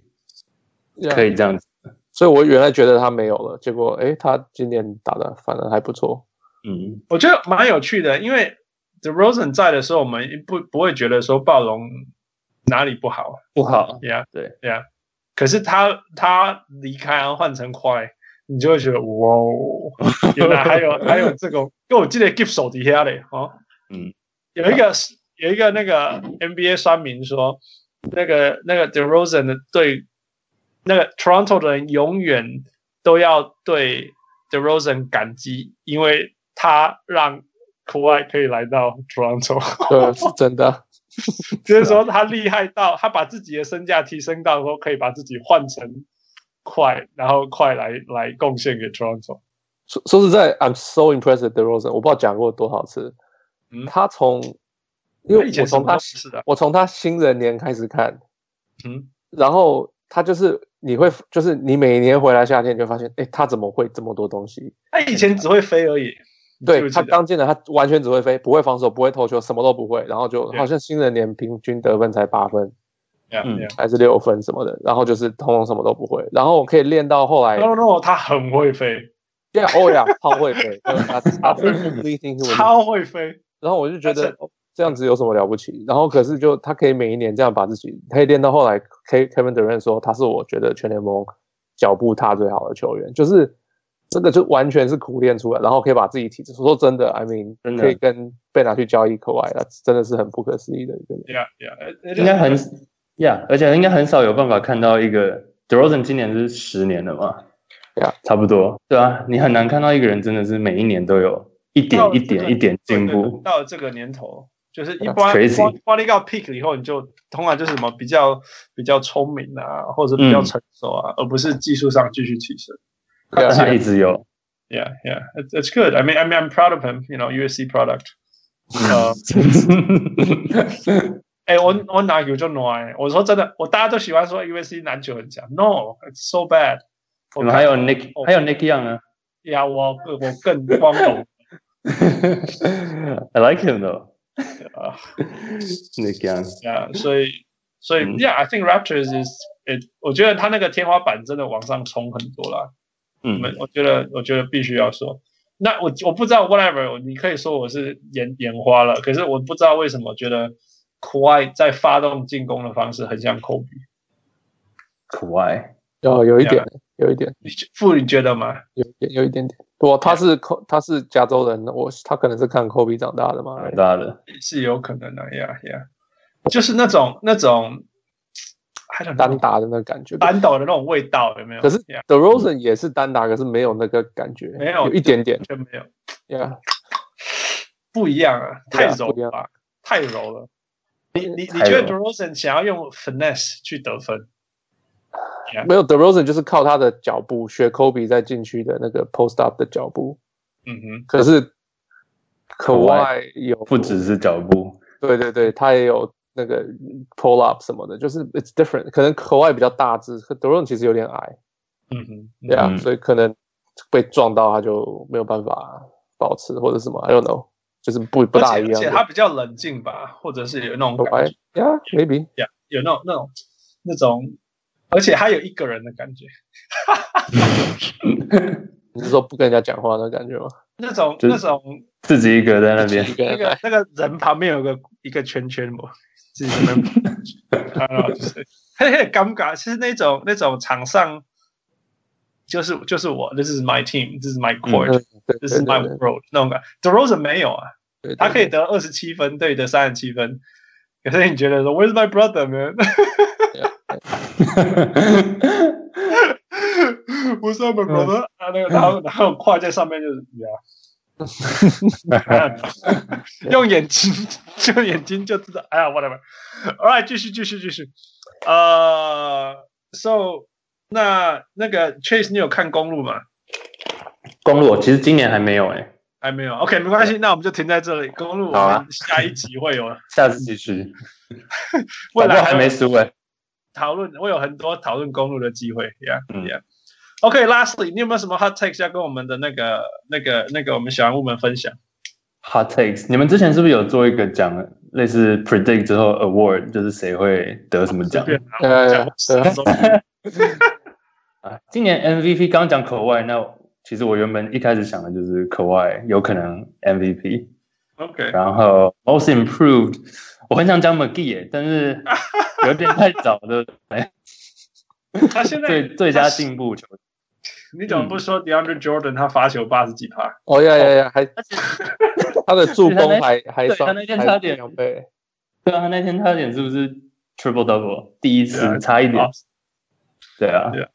S2: Yeah，
S3: 可以这样子。
S2: 所以我原来觉得他没有了，结果诶，他今年打的反而还不错。
S3: 嗯，
S1: 我觉得蛮有趣的，因为 The Rosen 在的时候，我们不不会觉得说暴龙哪里不好
S3: 不好，
S1: ，Yeah，
S3: 对
S1: ，Yeah。可是他他离开然后换成快，你就会觉得哇哦，原来还有还有这种，跟我记得 Give 手底下嘞，哦，
S3: 嗯，
S1: 有一个有一个那个 NBA 酸民说，那个那个 DeRozan 的对那个 Toronto 的人永远都要对 DeRozan 感激，因为他让 Kawhi 可以来到 Toronto，
S2: 对，是真的。
S1: 就是说他厉害到他把自己的身价提升到说可以把自己换成快，然后快来来贡献给 Toronto。
S2: 说说实在，I'm so impressed with DeRozan。我不知道讲过多少次，
S1: 嗯
S2: 他从因为
S1: 以
S2: 我
S1: 前什
S2: 从
S1: 么都
S2: 他
S1: 不是的，
S2: 我从他新人年开始看，
S1: 嗯，
S2: 然后他就是你会就是你每年回来夏天你就发现，诶，他怎么会这么多东西？
S1: 他哎以前只会飞而已。你记
S2: 对
S1: 不记
S2: 他
S1: 得
S2: 刚进来，他完全只会飞，不会防守，不会投球，什么都不会，然后就
S1: 对
S2: 好像新人年平均得分才八分
S1: Yeah,
S3: 嗯
S1: yeah.
S2: 还是六分什么的，然后就是通通什么都不会，然后我可以练到后来
S1: No No，他很会飞，
S2: ，Yeah oh yeah，超会飞， 他他 perfectly t h i n k
S1: 超会飞。
S2: 然后我就觉
S1: 但
S2: 得
S1: 是
S2: 哦这样子有什么了不起？然后可是就他可以每一年这样把自己，可以练到后来，K Kevin Durant 说他是我觉得全联盟脚步踏最好的球员，就是这个就完全是苦练出来，然后可以把自己体质说真的，I mean
S3: 真的
S2: 可以跟被拿去交易口外，那真的是很不可思议的一个人。
S1: Yeah, yeah，
S3: 应该很呀，而且应该很少有办法看到一个 DeRozan 今年是十年了嘛，
S2: Yeah.
S3: 差不多，对啊，你很难看到一个人真的是每一年都有一点
S1: 到
S3: 一
S1: 这
S3: 点
S1: 个
S3: 一点进
S1: 对对对
S3: 步，
S1: 到了这个年头，就是一
S2: That's
S1: 般
S3: crazy
S1: 光光力到 peak 以后，你就通常就是什么比较比较聪明啊，或者比较
S3: 嗯
S1: 成熟啊，而不是技术上继续提升。
S2: 对
S3: 但
S2: 啊
S3: 他一直有。
S1: Yeah, yeah, that's that's good. I mean, I mean, I'm proud of him. You know, USC product.
S3: 啊
S1: Uh, 哎、我我拿球就暖、我说真的，我大家都喜欢说 USC 篮球很强，No, it's so bad
S3: 我
S1: 我
S3: 们
S1: 看。
S3: 还有 Nick，
S1: 哦
S3: 还有 Nick Young 啊
S1: 呀，我我更光荣
S3: ，I like him though。
S1: 啊
S3: Nick Young，
S1: 呀，所以所以
S3: 嗯
S1: Yeah, I think Raptors is it. 我觉得他那个天花板真的往上冲很多啦。我
S3: 嗯，
S1: 们我觉得我觉得必须要说。那我我不知道 whatever，你可以说我是眼眼花了，可是我不知道为什么觉得 Kawhi 在发动进攻的方式很像 Kobe，
S3: 可爱，
S2: 啊有有一点，有一点，
S1: 你傅你觉得吗？
S2: 有一点，有一点点。我他是他是加州人，我他可能是看 Kobe 长大的嘛。
S3: 蛮大的。
S1: 是有可能的呀呀，就是那种那种 I don't know
S2: 单打的那个感觉。
S1: 单打的那种味道有没有？
S2: 可是
S1: Yeah，
S2: The Rosen 也是单打，可是没有那个感觉，
S1: 没有
S2: 一点点
S1: 就没有
S2: ，Yeah，
S1: 不一样啊，太
S2: 对啊
S1: 柔
S2: 不一
S1: 了
S2: 样
S1: 吧，太柔了。你你你
S3: 太
S1: 觉得
S3: 柔
S1: d r o s e n 想要用 finesse 去得分？Yeah
S2: 没有 The Rosen 就是靠他的脚步学 Kobe 在禁区的那个 post up 的脚步，
S1: 嗯哼，
S2: 可是可
S3: Kawhi
S2: 外有
S3: 不只是脚步，
S2: 对对对，他也有那个 pull up 什么的，就是 it's different，可能可外比较大只，可 The Rosen 其实有点矮，
S1: 嗯哼，
S2: 对啊，
S3: 嗯
S2: 所以可能被撞到他就没有办法保持或者什么，I don't know，就是不不大
S1: 而
S2: 一
S1: 且而
S2: 样
S1: 且
S2: 的。
S1: 他比较冷静吧，或者是有那种感
S2: Kawhi
S1: 觉，
S2: Yeah，maybe
S1: 有那种那种那种，而且他有一个人的感觉，
S2: 你是说不跟人家讲话的感觉吗？
S1: 那种
S3: 就是
S1: 那种
S3: 自己一个在那 边
S2: 一。个
S1: 那
S2: 人来
S1: 个那个人旁边有个一个圈圈嘛，自己在那边看到就是很很尴尬，是那种那种场上。就是就是我，This is my team, This is my
S2: 嗯
S1: court,、
S2: 对
S1: This is my
S2: 对
S1: world 那种感。d e r o s e n 没有啊，
S2: 对，
S1: 他可以得二十七分，对得三十七分。可是你觉得说，Where's my brother man？不是
S3: 嗯
S1: my brother，他啊那个然后然后跨在上面就是呀， 用眼睛用眼睛就知道，哎呀，whatever。All right，继续继续继续。呃，so 那那个 Chase，你有看公路吗？
S3: 公路，其实今年还没有哎、
S1: 还没有，OK，没关系，那我们就停在这里。公路，我
S3: 好啊
S1: 们下一集会 有，
S3: 下次继续。
S1: 未
S3: 反
S1: 来
S3: 正还
S1: 有
S3: 没输哎、
S1: 讨论，我有很多讨论公路的机会，Yeah
S3: 嗯
S1: Yeah。OK，lastly，、你有没有什么 hot takes 要跟我们的那个、那个、那个我们小人物们分享？
S3: Hot takes，你们之前是不是有做一个讲类似 predict 之后 award，就是谁会得什么奖
S1: 随？便拿
S2: 呃
S1: 讲
S2: 对啊
S1: 十种
S3: 啊，今年 MVP 刚讲口外，那其实我原本一开始想的就是口外有可能 MVP，
S1: OK，
S3: 然后 Most Improved，我很想讲 McGee，耶但是 有点太早了。哎
S1: 他现在
S3: 最最佳进步球员，
S1: 你怎么不说 DeAndre Jordan 他罚球八十几趴？
S2: 哦呀呀呀，还
S3: 而且
S2: 他的助攻还还
S3: 对
S2: 上，
S3: 他那天差点
S2: 还两倍，
S3: 对啊，那天差点是不是 triple double 第一
S1: 对啊
S3: 次差一点
S1: 好？
S3: 对啊
S1: 对啊，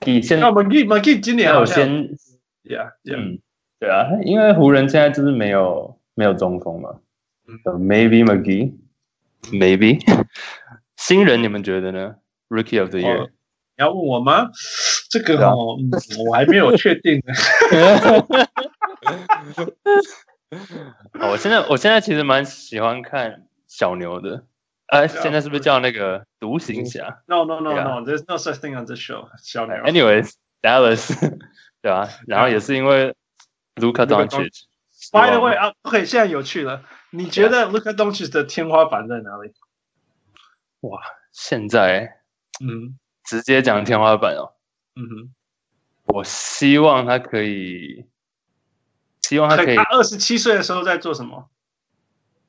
S3: 比现
S1: 那 McGee McGee 今年
S3: 那
S1: 好
S3: 我
S1: 像
S3: 先
S1: Yeah Yeah，
S3: 嗯，对啊，因为湖人现在就是没有没有中锋嘛、
S1: 嗯
S3: So maybe McGee，maybe 新人你们觉得呢？Rookie of the
S1: 哦你要问我吗？这个哦，嗯我还没有确定 呢。
S3: Year。哦， 我现在我现在其实蛮喜欢看小牛的，哎、
S1: 对啊
S3: 现在是不是叫那个独行侠
S1: No No No
S3: Yeah
S1: No，There's no such thing on this show。小牛
S3: ？Anyways，Dallas，对 啊，然后也是因为 Luka
S1: Luka
S3: Doncic，
S1: ，By the way 啊，OK，现在有趣了。你觉得 Luka Doncic 的天花板在哪里？
S3: 现在
S1: 嗯
S3: 直接讲天花板哦。
S1: 嗯哼。
S3: 我希望他可以，希望他可以
S1: 他，二十七岁的时候在做什么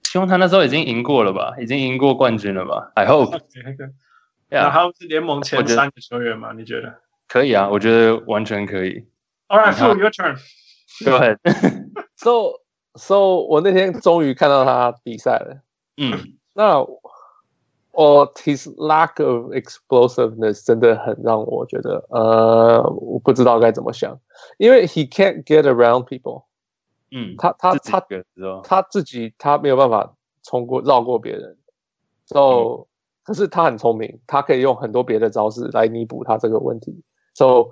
S3: 希望他那时候已经赢过了吧，已经赢过冠军了吧？I hope，
S1: ？OK，OK 然
S3: yeah,
S1: 后是联盟前
S3: 我觉得
S1: 三个球员嘛？你觉得
S3: 可以啊，我觉得完全可以。
S1: ？All right,
S3: 好
S1: Phil, your turn.
S3: 对，
S2: So so，我那天终于看到他比赛了。
S3: 嗯，
S2: 那 or his lack of explosiveness 真的很让我觉得，呃，我不知道该怎么想，因为 he can't get around people，
S3: 嗯，
S2: 他他
S3: 自己
S2: 他
S3: 一个时候，
S2: 他自己他没有办法冲过绕过别人，so
S3: 嗯
S2: 可是他很聪明，他可以用很多别的招式来弥补他这个问题，so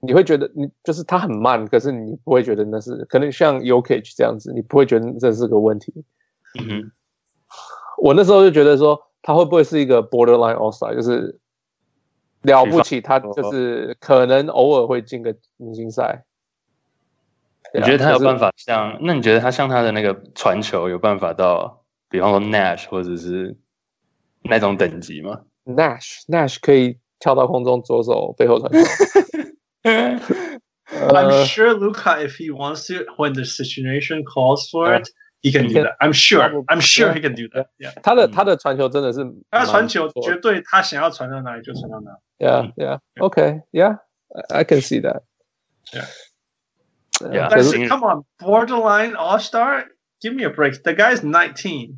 S2: 你会觉得你就是他很慢，可是你不会觉得那是可能像 y o k i c h 这样子，你不会觉得这是个问题。
S3: 嗯哼，
S2: 我那时候就觉得说，他会不会是一个 borderline all star，就是了不起，他就是可能偶尔会进个明星赛。啊
S3: 你觉得他有办
S2: 法？
S3: 法像？那你觉得他像他的那个传球有办法到，比方说 Nash 或者是那种等级 吗？
S2: 可是 Nash Nash 可以跳到空中，左手背后传球。呃
S1: I'm sure Luca, if he wants to, when the situation calls for
S2: Yeah.
S1: it, he can
S2: He
S1: do
S2: can-
S1: that. I'm sure.
S2: Probably.
S1: I'm sure
S2: Yeah.
S1: he can do that. Yeah.
S2: 他的
S3: 嗯
S2: 他的传球真的是
S1: 他传球
S2: 蛮不错
S1: 绝
S2: 的
S1: 对，他想要传到哪里就传到哪里。
S2: ，Yeah Yeah OK Yeah I I can see that
S1: Yeah.
S3: Yeah.
S2: 可
S1: 但
S2: 是
S1: 是 come on, borderline All Star, give me a break. The guy's nineteen.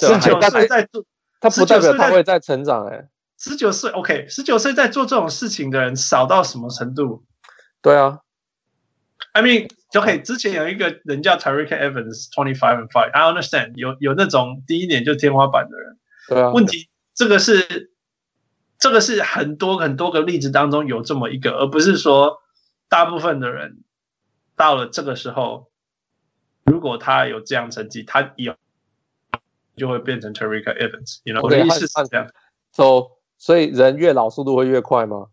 S2: 对
S1: 十
S2: 啊
S1: 九
S2: 但
S1: 岁在做
S2: 他不代表
S1: 19
S2: 他
S1: 岁
S2: 会在成长哎、
S1: 十九岁，OK，十九岁在做这种事情的人少到什么程度
S2: 对啊，
S1: ？I mean, OK，之前有一个人叫 Tariq Evans twenty five and five，I understand，有有那种第一年就天花板的人。
S2: 对啊，
S1: 问题这个是这个是很多很多个例子当中有这么一个，呃而不是说大部分的人到了这个时候，如果他有这样成绩，他以后就会变成 Terika Evans。你 you know, 我的
S2: OK，
S1: 意思是
S2: 汉
S1: 这样。
S2: ，So 所以人越老速度会越快吗？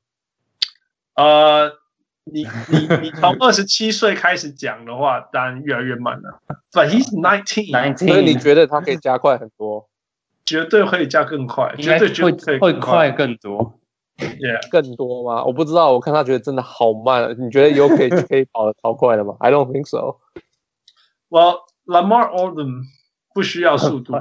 S1: 呃，你你你从二十七岁开始讲的话，当然越来越慢了。But he's nineteen，
S2: 所以你
S3: nineteen
S2: 觉得他可以加快很多，
S1: 绝对会加更快，
S3: 应
S1: 绝
S3: 该
S1: 对绝对可以
S3: 会会
S1: 更
S3: 快。更多，
S1: Yeah，
S2: 更多吗？我不知道，我看他觉得真的好慢。啊你觉得 U K 可以 跑得超快的吗？I don't think so。
S1: Well, Lamar Odom 不需要速 度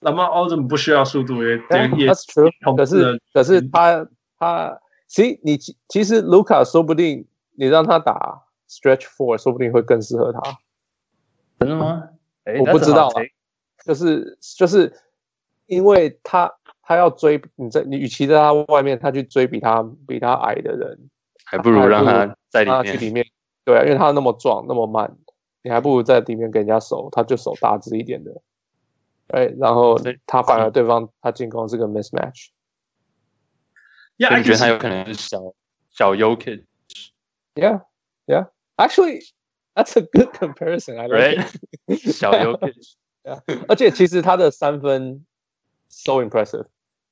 S1: ，Lamar Odom 不需要速度也
S3: 哎
S1: 也也
S2: That's true
S1: 同。
S2: 可
S1: 志
S2: 是
S1: 的
S2: 可是他他，其实你其其实卢卡说不定你让他打 stretch four，说不定会更适合他。
S3: 真的吗？诶
S2: 我不知道啊
S3: that's a hot take
S2: 就是就是因为他他要追你在你，与其在他外面，他去追比他比他矮的人，
S3: 还不如让
S2: 还
S3: 他在里
S2: 他去
S3: 面。
S2: 里面，对啊，因为他那么壮那么慢，你还不如在里面给人家守，他就守大只一点的，哎，然后
S3: 所以嗯
S2: 他反而对方他进攻是个 mismatch，
S1: Yeah,
S3: 所
S1: I
S3: 以你觉
S1: can
S3: 得他
S1: see.
S3: 有可能是小小 y o k i d
S2: Yeah, yeah. Actually, that's a good comparison. I like.
S3: right？
S2: it.
S3: 小 y o k i d
S2: 而且其实他的三分 so impressive.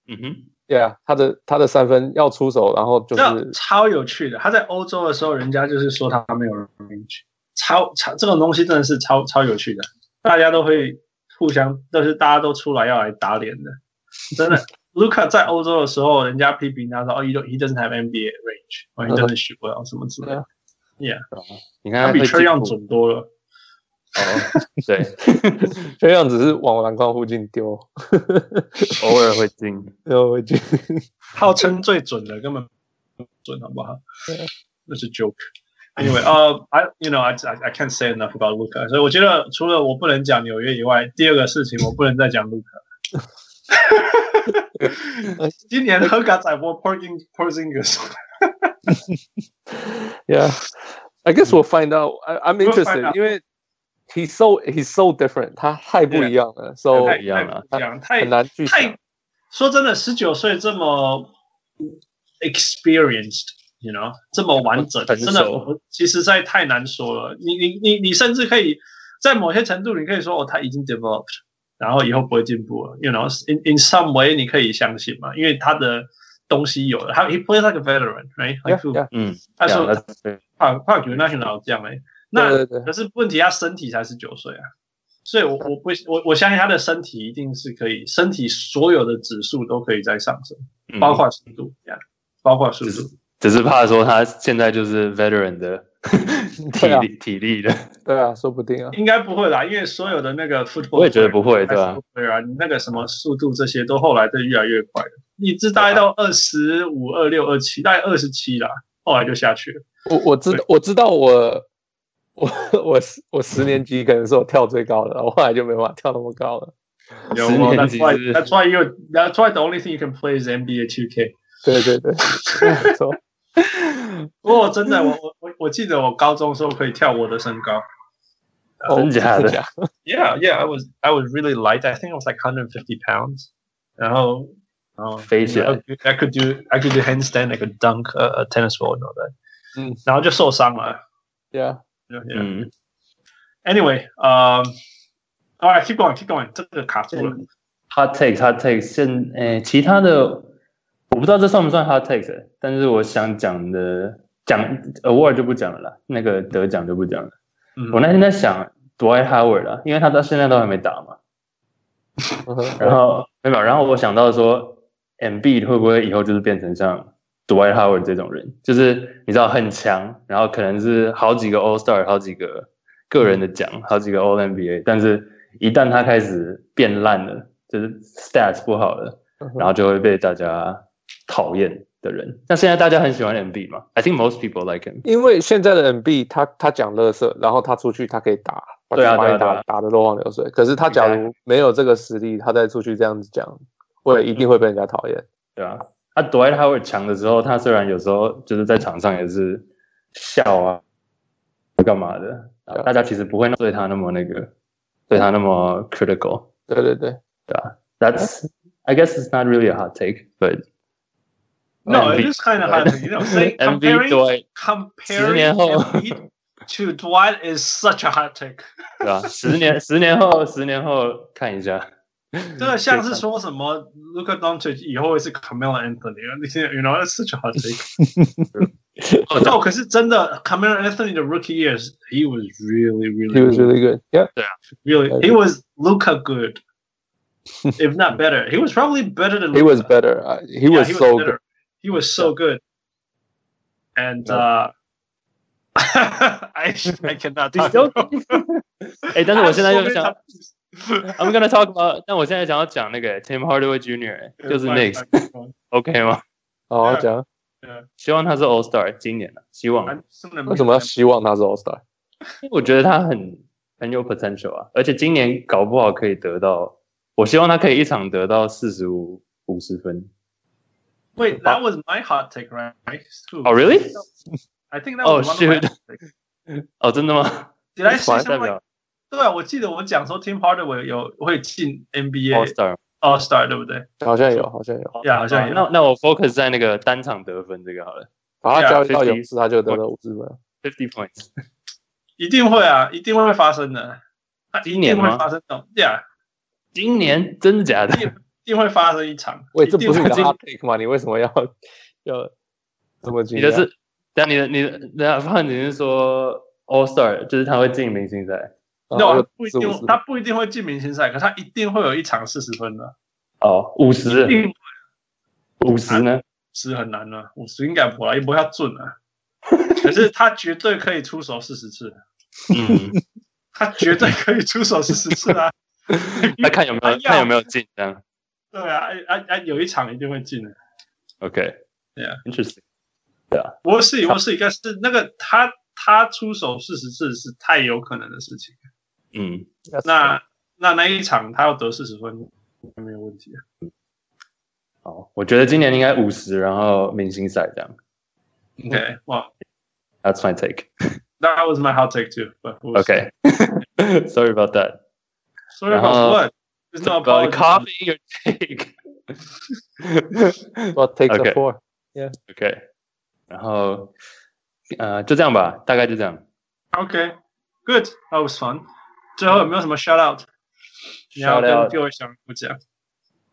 S3: 嗯哼，
S2: Yeah，他的他的三分要出手，然后就
S1: 这
S2: 是
S1: 超有趣的。他在欧洲的时候，人家就是说他没有 range，超超这种东西真的是超超有趣的，大家都会互相，都是大家都出来要来打脸的，真的。Luca 在欧洲的时候，人家批评他说：“哦、oh,，he don't- he doesn't have NBA range，哦、he doesn't shoot well，什么之类的。
S2: 啊
S3: 你”看
S1: 他
S3: 他
S1: 比
S3: 会
S1: Trey
S3: 进
S1: Young
S3: 步
S1: 准多了。
S3: 哦，对，
S2: 这样只是往篮筐附近丢，
S3: 偶尔会 进。
S2: 然后就
S1: 号称最准的，根本不准，好不好？那是 joke。Anyway，呃、i you know I I I can't say enough about Luca，所以我觉得除了我不能讲纽约以外，第二个事情我不能再讲 Luca。今年喝咖仔波 Porting Porzingis，
S2: yeah. I guess we'll find out. I, I'm
S1: We'll
S2: interested
S1: find out.
S2: 因为 he's so he's so different. 他太不一样了，so
S1: 太
S3: 哦一样啊了
S1: 太不一样，太
S2: 很难去想
S1: 太。说真的，十九岁这么 experienced，you know，这么完整，
S2: 成熟
S1: 真的，其实实在太难说了。你你你你甚至可以在某些程度，你可以说哦，他已经 developed，然后以后不会进步了，you know，in in some way 你可以相信嘛，因为他的东西有了，他 he plays like a veteran，right？Like who-
S2: Yeah, yeah.
S3: 嗯，
S1: 他
S3: 这样
S1: 说
S3: 那对
S1: 怕怕球那群老将哎，那
S2: 对对对
S1: 可是问题，他身体才十九岁啊，所以我我不我我相信他的身体一定是可以，身体所有的指数都可以在上升，
S3: 嗯
S1: 包括速度，这样包括速度。
S3: 只是怕说他现在就是 veteran 的 体
S2: 对啊
S3: 力体力的，
S2: 对啊，说不定啊。
S1: 应该不会啦，因为所有的那个 football，
S3: 我也觉得不会对啊
S1: 对啊，你那个什么速度这些都后来都越来越快了，一直大概到
S3: 啊
S1: 二十五、二六、二七，大概二十七啦，后来就下去了。
S2: 我我知
S1: 对
S2: 我知道我我我十我十年级可能是我跳最高的，我后来就没办法跳那么高了。
S1: Yeah,
S3: 十
S1: well,
S3: 年
S1: that's
S3: 级
S1: why
S3: 是
S1: that's why you that's why the only thing you can play is NBA 2K。
S2: 对对 对，没错。
S1: 不过真的，我我我我记得我高中的时候可以跳我的身高。
S2: 哦
S3: 真假的
S2: 真假
S1: Yeah, yeah, I was I was really light. I think I was like 150 pounds. 然后然后
S3: 飞起来
S1: I could do I could do handstand, I could dunk a, a tennis ball and all that.
S2: 嗯
S1: 然后就受伤了。
S2: ？Yeah，
S1: Yeah, yeah.
S3: 嗯，
S1: Anyway, um, all right, keep going, keep going. 这个卡住了。
S3: hot takes hot takes 现诶、其他的我不知道这算不算 hot takes，、欸、但是我想讲的讲 award 就不讲了啦，那个得奖就不讲了。
S1: 嗯
S3: 我那天在想 Dwight Howard 啊，因为他到现在都还没打嘛，
S2: 嗯哼
S3: 然后没有，然后我想到说 M B 会不会以后就是变成像 Dwight Howard 这种人，就是你知道很强，然后可能是好几个 All Star，好几个个人的奖，好几个 All N B A，但是一旦他开始变烂了，就是 stats 不好了。
S2: 嗯哼
S3: 然后就会被大家讨厌的人。那现在大家很喜欢 MB 嘛？I think most people like him。
S2: 因为现在的 NB 他他讲乐色，然后他出去他可以打，把
S3: 对啊
S2: 把
S3: 对啊
S2: 你打、
S3: 对啊
S2: 打的落花流水。可是他假如没有这个实力，他再出去这样子讲，会一定会被人家讨厌。
S3: 对啊，他 Dwight Howard 强的时候，他虽然有时候就是在场上也是笑啊，干嘛的，
S2: 对啊
S3: 大家其实不会对他那么那个，对他那么 critical。
S2: 对对对，
S3: 嗯 That's I guess it's not really a hot take, but
S1: No, it
S3: MB
S1: is kind of hard. to- You know, saying
S3: MB
S1: comparing
S3: Dwight
S1: comparing
S3: 10年后。
S1: Embiid to Dwight is such a hot take.
S3: 对吧、十年十年后十年后看一下，
S1: 这个像是说什么 Luka Doncic 以后会是 Camelo Anthony，you know that's such a hot take。
S3: 哦
S1: 哦，可是真的 Camelo Anthony 的 rookie years he was really really
S2: he was really good. Yeah,
S1: really he was Luka good, if not better. He was probably better than
S2: he was
S1: Luka.
S2: better. Uh, he
S1: Yeah,
S2: was so
S1: better.
S2: good.
S1: He was so good. And uh, I I cannot
S3: 你
S1: talk.
S3: 都哎，但是我现在又
S1: I'm so
S3: 想
S1: many times-
S3: I'm gonna talk about，但我现在想要讲那个 Tim Hardaway Jr. 就是
S1: Fine,
S3: Knicks，OK、
S1: fine, fine.
S3: 吗？
S2: 好好
S1: Yeah.
S2: 哦讲，
S3: 希望他是 All Star 今年的，希望，
S1: I'm just gonna
S2: 为什么要
S1: mute
S2: 希望他是 All Star？
S3: 因为我觉得他很很有 potential 啊，而且今年搞不好可以得到，我希望他可以一场得到四十五五十分。
S1: them. Wait, that was my hot take, right? Shoot.
S3: Oh really？
S1: I think that
S3: Oh,
S1: was one of my
S3: shoot.
S1: hot takes.
S3: 哦，真的吗？
S1: Did I say
S3: 代
S1: something? Like,
S3: 表
S1: 对啊，我记得我讲说 Tim Hardaway 有会进
S3: All
S1: NBA
S3: Star。
S1: All Star，对不对？
S2: 好像有，好像有，
S1: Yeah，好像有
S3: 那那我 focus 在那个单场得分这个好了
S2: 把他
S1: Yeah,
S2: 交易到
S3: 50
S2: 勇士，他就得了五十分。
S3: ，fifty points。
S1: 一定会啊，一定会发生的。它一
S3: 今年
S1: 定会
S3: 吗
S1: 发生的，Yeah，
S3: 今年真的假的？
S1: 啊 一定会发生一场。
S2: 喂，这
S1: 一定
S2: 不是你的
S1: 会进
S2: hot take 吗？你为什么要要这么惊
S3: 你
S2: 讶？
S3: 的是，但你的你的，那胖你是说 All Star 就是他会进明星赛？
S2: 然
S1: No，
S2: 后
S3: 呃
S2: 啊又
S1: 他不一
S2: 45
S1: 定，哦
S2: 分
S1: 他不一定会进明星赛，可他一定会有一场四十分的，
S3: 哦，五十
S1: 一，定
S3: 五十 呢？
S1: 是很难的，五十应该不啦，也不会要准啊。可是他绝对可以出手四十次，
S3: 嗯，
S1: 他绝对可以出手四十次 啊！
S3: 那看有没有
S1: 哎呀
S3: 看有没有进这样
S1: 对啊，啊啊啊，有一场一定会进的。
S3: ？OK，
S1: Yeah
S3: ，interesting。
S1: 我是我是应该是那个他他出手四十次是太有可能的事情。
S3: 嗯，
S2: That's-
S1: 那那那一场他要得四十分没有问题啊。
S3: 好，我觉得今年应该五十，然后明星赛这样。嗯
S1: OK，哇、
S3: That's my take.
S1: well,，That was my hot take too. But we'll see.
S3: OK, sorry about that.
S1: sorry
S3: 然后
S1: about what? There's no
S3: But
S1: apology.
S3: copy your take.
S2: Well, take the
S3: Okay.
S2: four.
S3: OK，然后呃就这样吧，大概就这样。
S1: Okay, good. That was fun. 最后有没有什么 shout out？你要
S3: Shout
S1: 跟
S3: out
S1: 各位想我讲，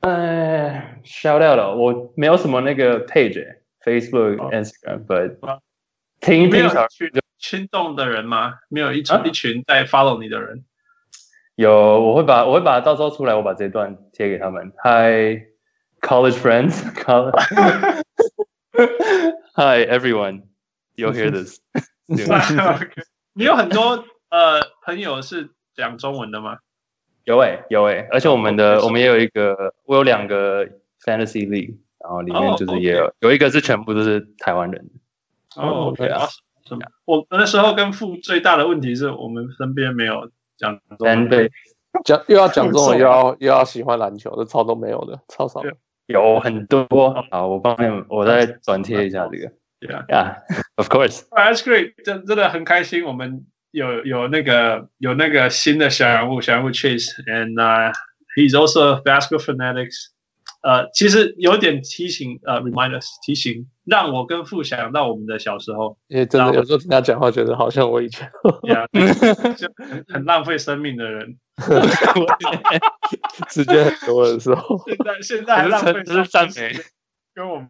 S3: 哎，shout out 了，我没有什么那个 page、欸、Facebook、
S1: 哦
S3: Instagram，but
S1: 哦
S3: 听一
S1: 没
S3: 听
S1: 有
S3: 小
S1: 一群心动的人吗？没有一群、
S3: 啊
S1: 一群在 follow 你的人。
S3: 有，我会把我会把到时候出来，我把这段贴给他们。Hi college friends, col- hi everyone, you'll hear this. soon.
S1: Okay. 啊你有很多呃朋友是讲中文的吗？
S3: 有诶、有诶、而且我们
S1: 哦，没
S3: 的、
S1: 事
S3: 我们也有一个，我有两个 fantasy league，然后里面
S1: 哦
S3: 就是
S1: OK
S3: 也有、有一个是全部都是台湾人。
S1: 哦、o k
S3: 对啊
S1: awesome. 我那时候跟父最大的问题是我们身边没有讲中文
S3: 南
S1: 的
S3: 北
S1: 人，
S2: 讲又要 讲中文，又要又要喜欢篮球，这超都没有的，超少的。
S3: 有很多。好，我帮你们，我再转贴一下这个。
S1: Yeah.
S3: Yeah，of course。
S1: That's great，真真的很开心，我们有有那个有那个新的小人物，小人物 Chase，and、uh, he's also a basketball fanatics。呃，其实有点提醒，呃，remind us 提醒，让我跟富想到我们的小时候
S2: 因为真
S1: 然
S2: 的
S1: 后
S2: 有时候听他讲话，觉得好像我 以前。
S1: ，Yeah，就很很浪费生命的人，
S2: 时间很多的时候，
S1: 现在现在还浪 费
S3: 这是赞美。
S1: 跟我们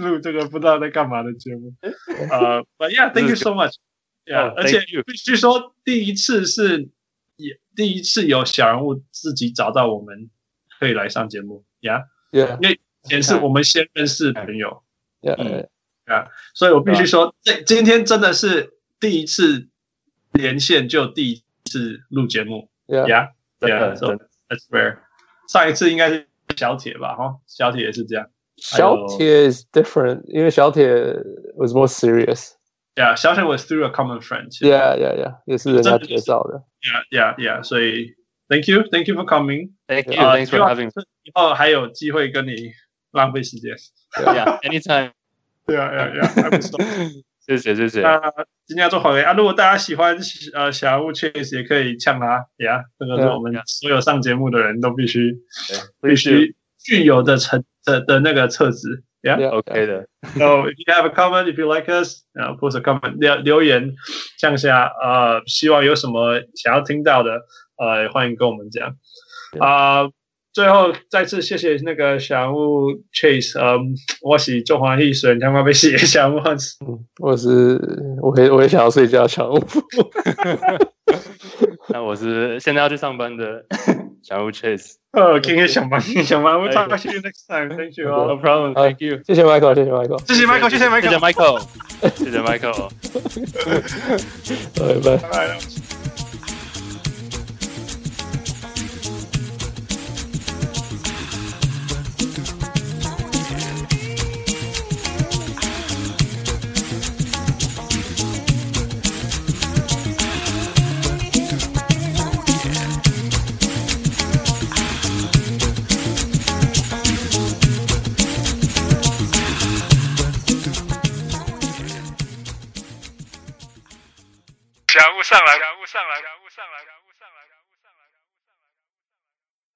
S1: 录这个不知道在干嘛的节目。哦呃、b u t yeah，thank you so much。Yeah，、
S3: Oh,
S1: 而且
S3: thank you.
S1: 必须说，第一次是也第一次有小人物自己找到我们，可以来上节目。Yeah， 嗯
S2: yeah
S1: 也是哎我们先认识朋友，
S2: yeah，
S3: 嗯
S1: 所以我必须说，这今天真的是第一次连线，就第一次录节目。
S2: yeah，
S3: 真的
S1: Yeah，Yeah，so
S3: 真的
S1: that's rare。上一次应该是小铁吧，哈，小铁也是这样。
S2: 小铁 is different，因为小铁 was more serious。
S1: Yeah，小铁 was through a common friend。
S2: Yeah yeah yeah，也是人家介绍的。
S1: Yeah, yeah, yeah. 所以，Thank you, Thank you for coming.
S3: Thank you.
S1: 啊
S3: Thanks for having me.
S1: 以后还有机会跟你浪费时间。
S3: Yeah, anytime.
S1: Yeah, yeah, yeah. 还不错
S3: 谢谢谢哎谢。
S1: 那 今天要做好人啊！如果大家喜欢呃小物 Chase，也可以呛他，Yeah，这个是
S2: Yeah.
S1: 我们所有上节目的人都必须
S3: 对
S1: 必须具有的成的的那个特质。Yeah.
S2: Yeah
S3: OK 的。
S1: So if you have a comment, if you like us, uh, post a comment 留留言向下，呃，希望有什么想要听到的，呃，欢迎跟我们讲。啊、最后再次谢谢那个小人物 Chase，嗯，我是中华艺术人，他妈被谢谢小人物 Hans，
S2: 嗯，我是我也我也想要睡觉，想要
S3: 那我是现在要去上班的小物 Chase。
S1: 呃，今天想吧，今天想吧，We'll talk to you next time，Thank you all，
S3: No problem. Thank you.
S2: 谢谢 Michael，谢谢 Michael，
S1: 谢谢 Michael，谢谢
S3: 谢
S1: Michael，
S3: 谢 Michael，谢谢 Michael。
S2: 拜拜。
S1: 拜拜。
S4: 小物上来，小物上来，小